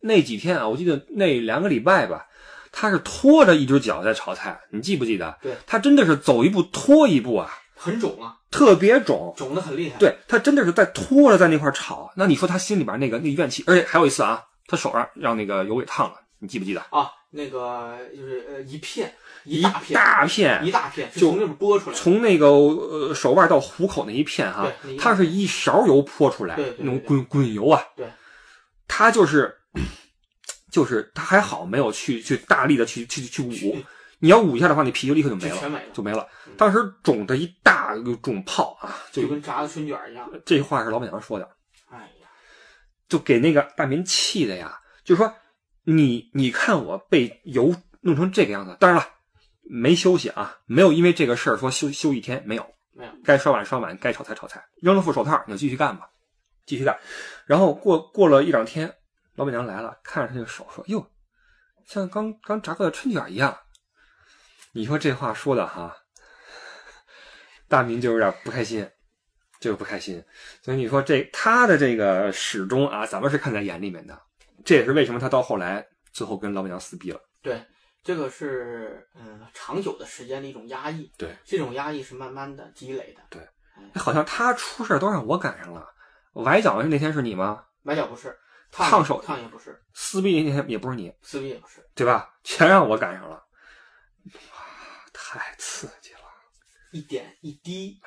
B: 那几天啊，我记得那两个礼拜吧，他是拖着一只脚在炒菜，你记不记得？
C: 对，
B: 他真的是走一步拖一步啊，
C: 很肿啊，
B: 特别肿。
C: 肿得很厉害。，
B: 对他真的是在拖着在那块儿吵，那你说他心里边那个那怨气，而且还有一次啊，他手上让那个油给烫了，你记不记得？
C: 啊，那个就是呃一片
B: 一
C: 大片
B: 大片
C: 一大片，是
B: 就
C: 从那边剥出来的。
B: 从那个呃手腕到虎口那一片哈、
C: 对那一
B: 它是一勺油泼出来，
C: 对对
B: 那
C: 对
B: 种
C: 对
B: 滚滚油啊。
C: 对，
B: 他就是 就是他还好没有去去大力的去去去捂
C: 去，
B: 你要捂一下的话，你皮就立刻就没
C: 就
B: 了，
C: 全没了，
B: 就没了
C: 嗯。
B: 当时肿的一大个肿泡啊，就
C: 就跟炸的春卷一样。
B: 这话是老板娘说的，
C: 哎呀，
B: 就给那个大民气的呀，就说你你看我被油弄成这个样子，当然了。没休息啊，没有因为这个事儿说休休一天没有，
C: 没有，
B: 该刷碗刷碗，该炒菜炒菜，扔了副手套，你就继续干吧，继续干。然后过过了一两天，老板娘来了，看着他这个手说：“哟，像刚刚炸过的春卷一样。”你说这话说的哈，大明就有点不开心，就是不开心。所以你说这他的这个始终啊，咱们是看在眼里面的，这也是为什么他到后来最后跟老板娘撕逼了。
C: 对，这个是嗯长久的时间的一种压抑。
B: 对，
C: 这种压抑是慢慢的积累的。
B: 对
C: 哎，
B: 好像他出事儿都让我赶上了，崴脚那天是你吗？
C: 崴脚不是，
B: 烫手
C: 烫也不是，
B: 撕逼那天也不是你。
C: 撕逼也不是，
B: 对吧？全让我赶上了，哇，太刺激了！
C: 一点一滴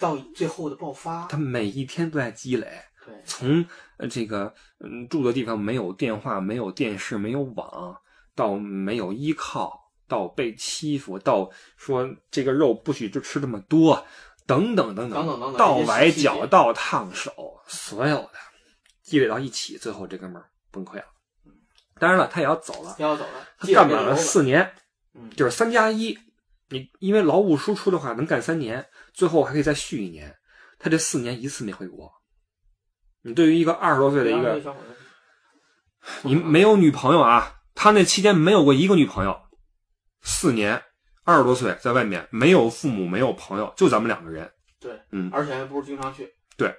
C: 到最后的爆发。
B: 他每一天都在积累，
C: 对，
B: 从呃这个嗯住的地方没有电话、没有电视、没有网，到没有依靠，到被欺负，到说这个肉不许就吃这么多，等等等
C: 等等等等
B: 到
C: 这些
B: 崴
C: 细
B: 脚、
C: 节
B: 到烫手，所有的积累到一起，最后这哥们儿崩溃了。当然了，他也要走了，
C: 要走了，
B: 他
C: 接着
B: 干
C: 给
B: 满
C: 揉
B: 了四年。
C: 嗯，
B: 就是三加一，你因为劳务输出的话能干三年，最后还可以再续一年。他这四年一次没回国。你对于一个二十多岁的一
C: 然后那
B: 个，
C: 小伙子
B: 你没有女朋友啊，他那期间没有过一个女朋友，四年，二十多岁在外面没有父母没有朋友，就咱们两个人，
C: 对，
B: 嗯
C: 而且还不是经常去，
B: 对，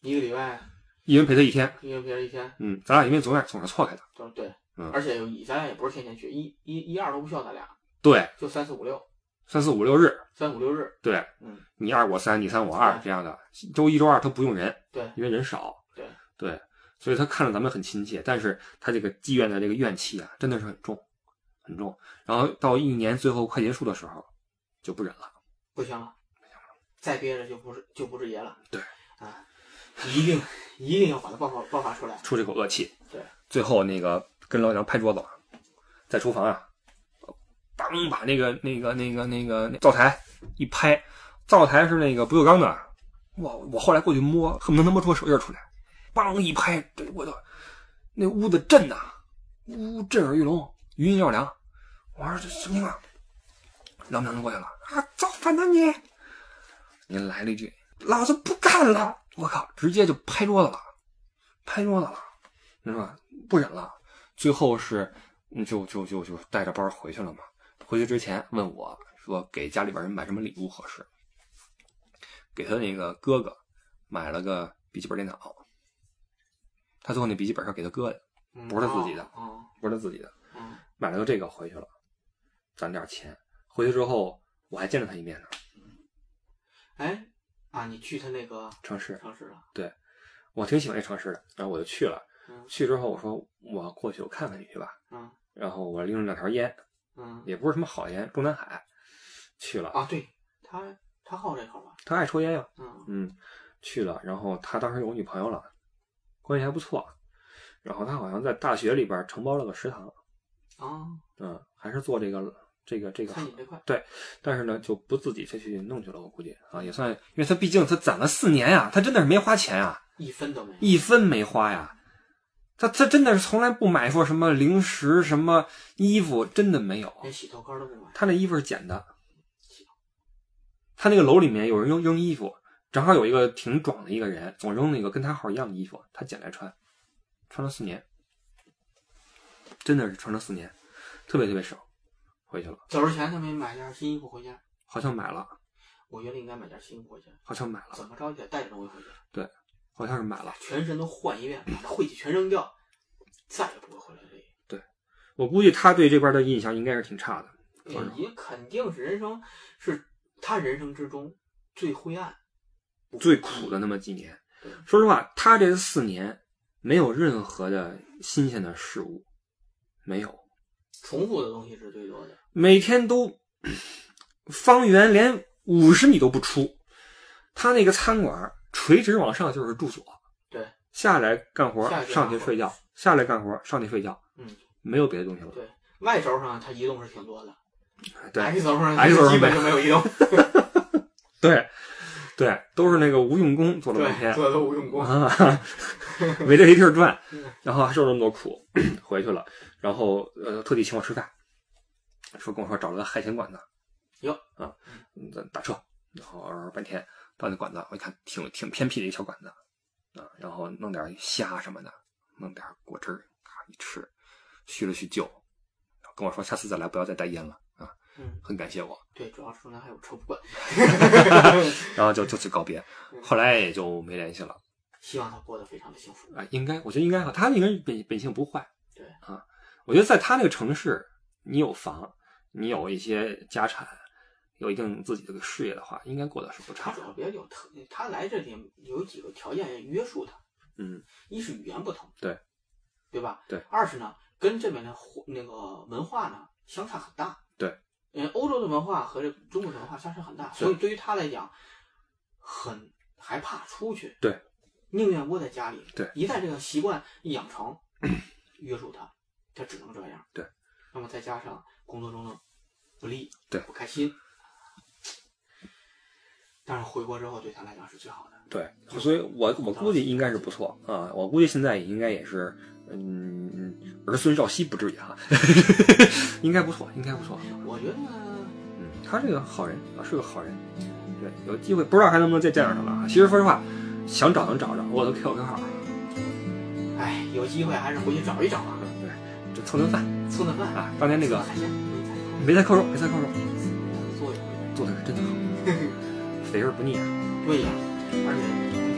C: 一个礼拜
B: 一人陪他一天，
C: 一个别人一天，
B: 嗯，咱俩因为总是总是错开的，
C: 都对，
B: 嗯
C: 而且咱俩也不是天天去，一一一二都不需要咱俩，
B: 对，
C: 就三四五六，
B: 三四五六日，
C: 三五六日，
B: 对
C: 嗯，
B: 你二我三，你三我二
C: 对
B: 这样的，周一周二他不用人，
C: 对
B: 因为人少，
C: 对
B: 对，所以他看着咱们很亲切，但是他这个积怨的这个怨气啊，真的是很重，很重。然后到一年最后快结束的时候，就不忍了，
C: 不行了，再憋着就不是就不是爷了，
B: 对，
C: 啊，一定一定要把它爆发爆发出来，
B: 出这口恶气。
C: 对，
B: 最后那个跟老娘拍桌子，在厨房啊，梆把那个那个那个那个那灶台一拍，灶台是那个不锈钢的，哇！我后来过去摸，恨不得能摸出个手印出来，梆一拍，对我都那屋子震呐、屋震耳欲聋，余音绕梁。我说这什么情况？老娘就过去了啊，造反呢你！您来了一句，老子不干了！我靠，直接就拍桌子了，拍桌子了。是吧？不忍了，最后是嗯就就就就带着包回去了嘛。回去之前问我说给家里边人买什么礼物合适，给他那个哥哥买了个笔记本电脑，他最后那笔记本是给他哥的，
C: 嗯
B: 不是自己的
C: 啊，
B: 不是他自己的。
C: 啊啊
B: 买了个这个回去了，攒点钱。回去之后我还见了他一面呢，
C: 哎啊，你去他那个
B: 城市
C: 城市了，
B: 我挺喜欢这城市的，然后我就去了。
C: 嗯
B: 去之后我说我过去我看看你去吧，
C: 嗯
B: 然后我拎了两条烟，
C: 嗯
B: 也不是什么好烟，中南海去了
C: 啊，对，他他好这口吧？
B: 他爱抽烟呀，
C: 嗯
B: 嗯，去了，然后他当时有女朋友了，关系还不错，然后他好像在大学里边承包了个食堂，
C: 啊，
B: 嗯，还是做这个这个这个
C: 餐饮这块，
B: 但是呢，就不自己再去弄去了，我估计啊，也算，因为他毕竟他攒了四年呀、他真的是没花钱呀、
C: 一分都没有。
B: 一分没花呀，他他真的是从来不买过什么零食、什么衣服，真的没有。
C: 连洗头膏都不买，
B: 他那衣服是捡的，他那个楼里面有人扔扔衣服，正好有一个挺壮的一个人，总扔那个跟他号一样的衣服，他捡来穿，穿了四年，真的是穿了四年，特别特别少，回去了，
C: 走之前他没买件新衣服回家，
B: 好像买了，
C: 我觉得应该买件新衣服回家，
B: 好像买了，
C: 怎么着也得带着东西回家，
B: 好像是买了。
C: 全身都换一遍，把晦气全扔掉，再也不会回来这里。
B: 我估计他对这边的印象应该是挺差的。说实话
C: 也肯定是人生是他人生之中最灰暗、
B: 最苦的那么几年
C: 对，
B: 说实话，他这四年没有任何的新鲜的事物，没有，
C: 重复的东西是最多的。
B: 每天都方圆连五十米都不出。他那个餐馆垂直往上就是住所，
C: 对，
B: 下来干活
C: 下，去
B: 上去
C: 干活
B: 睡觉，下来干活，上去睡觉，
C: 嗯，
B: 没有别的东西了。
C: 对外轴上它移动是挺多的
B: 对，
C: ，X 轴上
B: X 轴上
C: 基本就没有移动，
B: 对，对，都是那个无用功做了半天
C: 对，，做的都无用功。
B: 啊，围着一地儿转
C: 嗯，
B: 然后还受了那么多苦，回去了，然后呃特地请我吃饭，说跟我说找了个海鲜馆子，
C: 哟
B: 啊，嗯咱打车，然后半天到那馆子，我一看挺挺偏僻的一小馆子，啊，然后弄点虾什么的，弄点果汁儿，咔一吃，叙了叙旧，然后跟我说下次再来不要再带烟了啊，
C: 嗯，
B: 很感谢我，
C: 对，主要是中间还有抽不惯，
B: 然后就就此告别，后来也就没联系了。
C: 希望他过得非常的幸福。
B: 啊，应该，我觉得应该好。他那个人本本性不坏，
C: 对
B: 啊，我觉得在他那个城市，你有房，你有一些家产，有一定自己的事业的话，应该过得是不
C: 他
B: 差
C: 主要
B: 的。
C: 比较有特，他来这里有几个条件约束他，
B: 嗯，
C: 一是语言不同，
B: 对，
C: 对吧？
B: 对。
C: 二是呢，跟这边的户那个文化呢相差很大。
B: 对。
C: 嗯，欧洲的文化和这中国的文化相差很大，
B: 是
C: 所以对于他来讲，很害怕出去。
B: 对。
C: 宁愿窝在家里。
B: 对
C: 一旦这个习惯一养成，约束他，他只能这样。
B: 对。
C: 那么再加上工作中的不利，
B: 对
C: 不开心。但是回国之后对他来讲是最好的。
B: 对，所以我我估计应该是不错啊，我估计现在也应该也是，嗯，儿孙绕膝不至于哈、 应该不错，应该不错。啊
C: 我觉得
B: 嗯，他是个好人啊，是个好人。对，有机会不知道还能不能再见着他了啊。其实说实话，想找能找着，我有他 QQ 号，
C: 哎，有机会还是回去找一找啊，
B: 嗯就蹭顿饭
C: 蹭顿饭。
B: 啊。当年那个
C: 海鲜没菜口
B: 梅菜扣肉，梅菜扣肉
C: 作用。
B: 做的是真好，肥而不腻啊。
C: 对呀，而且啊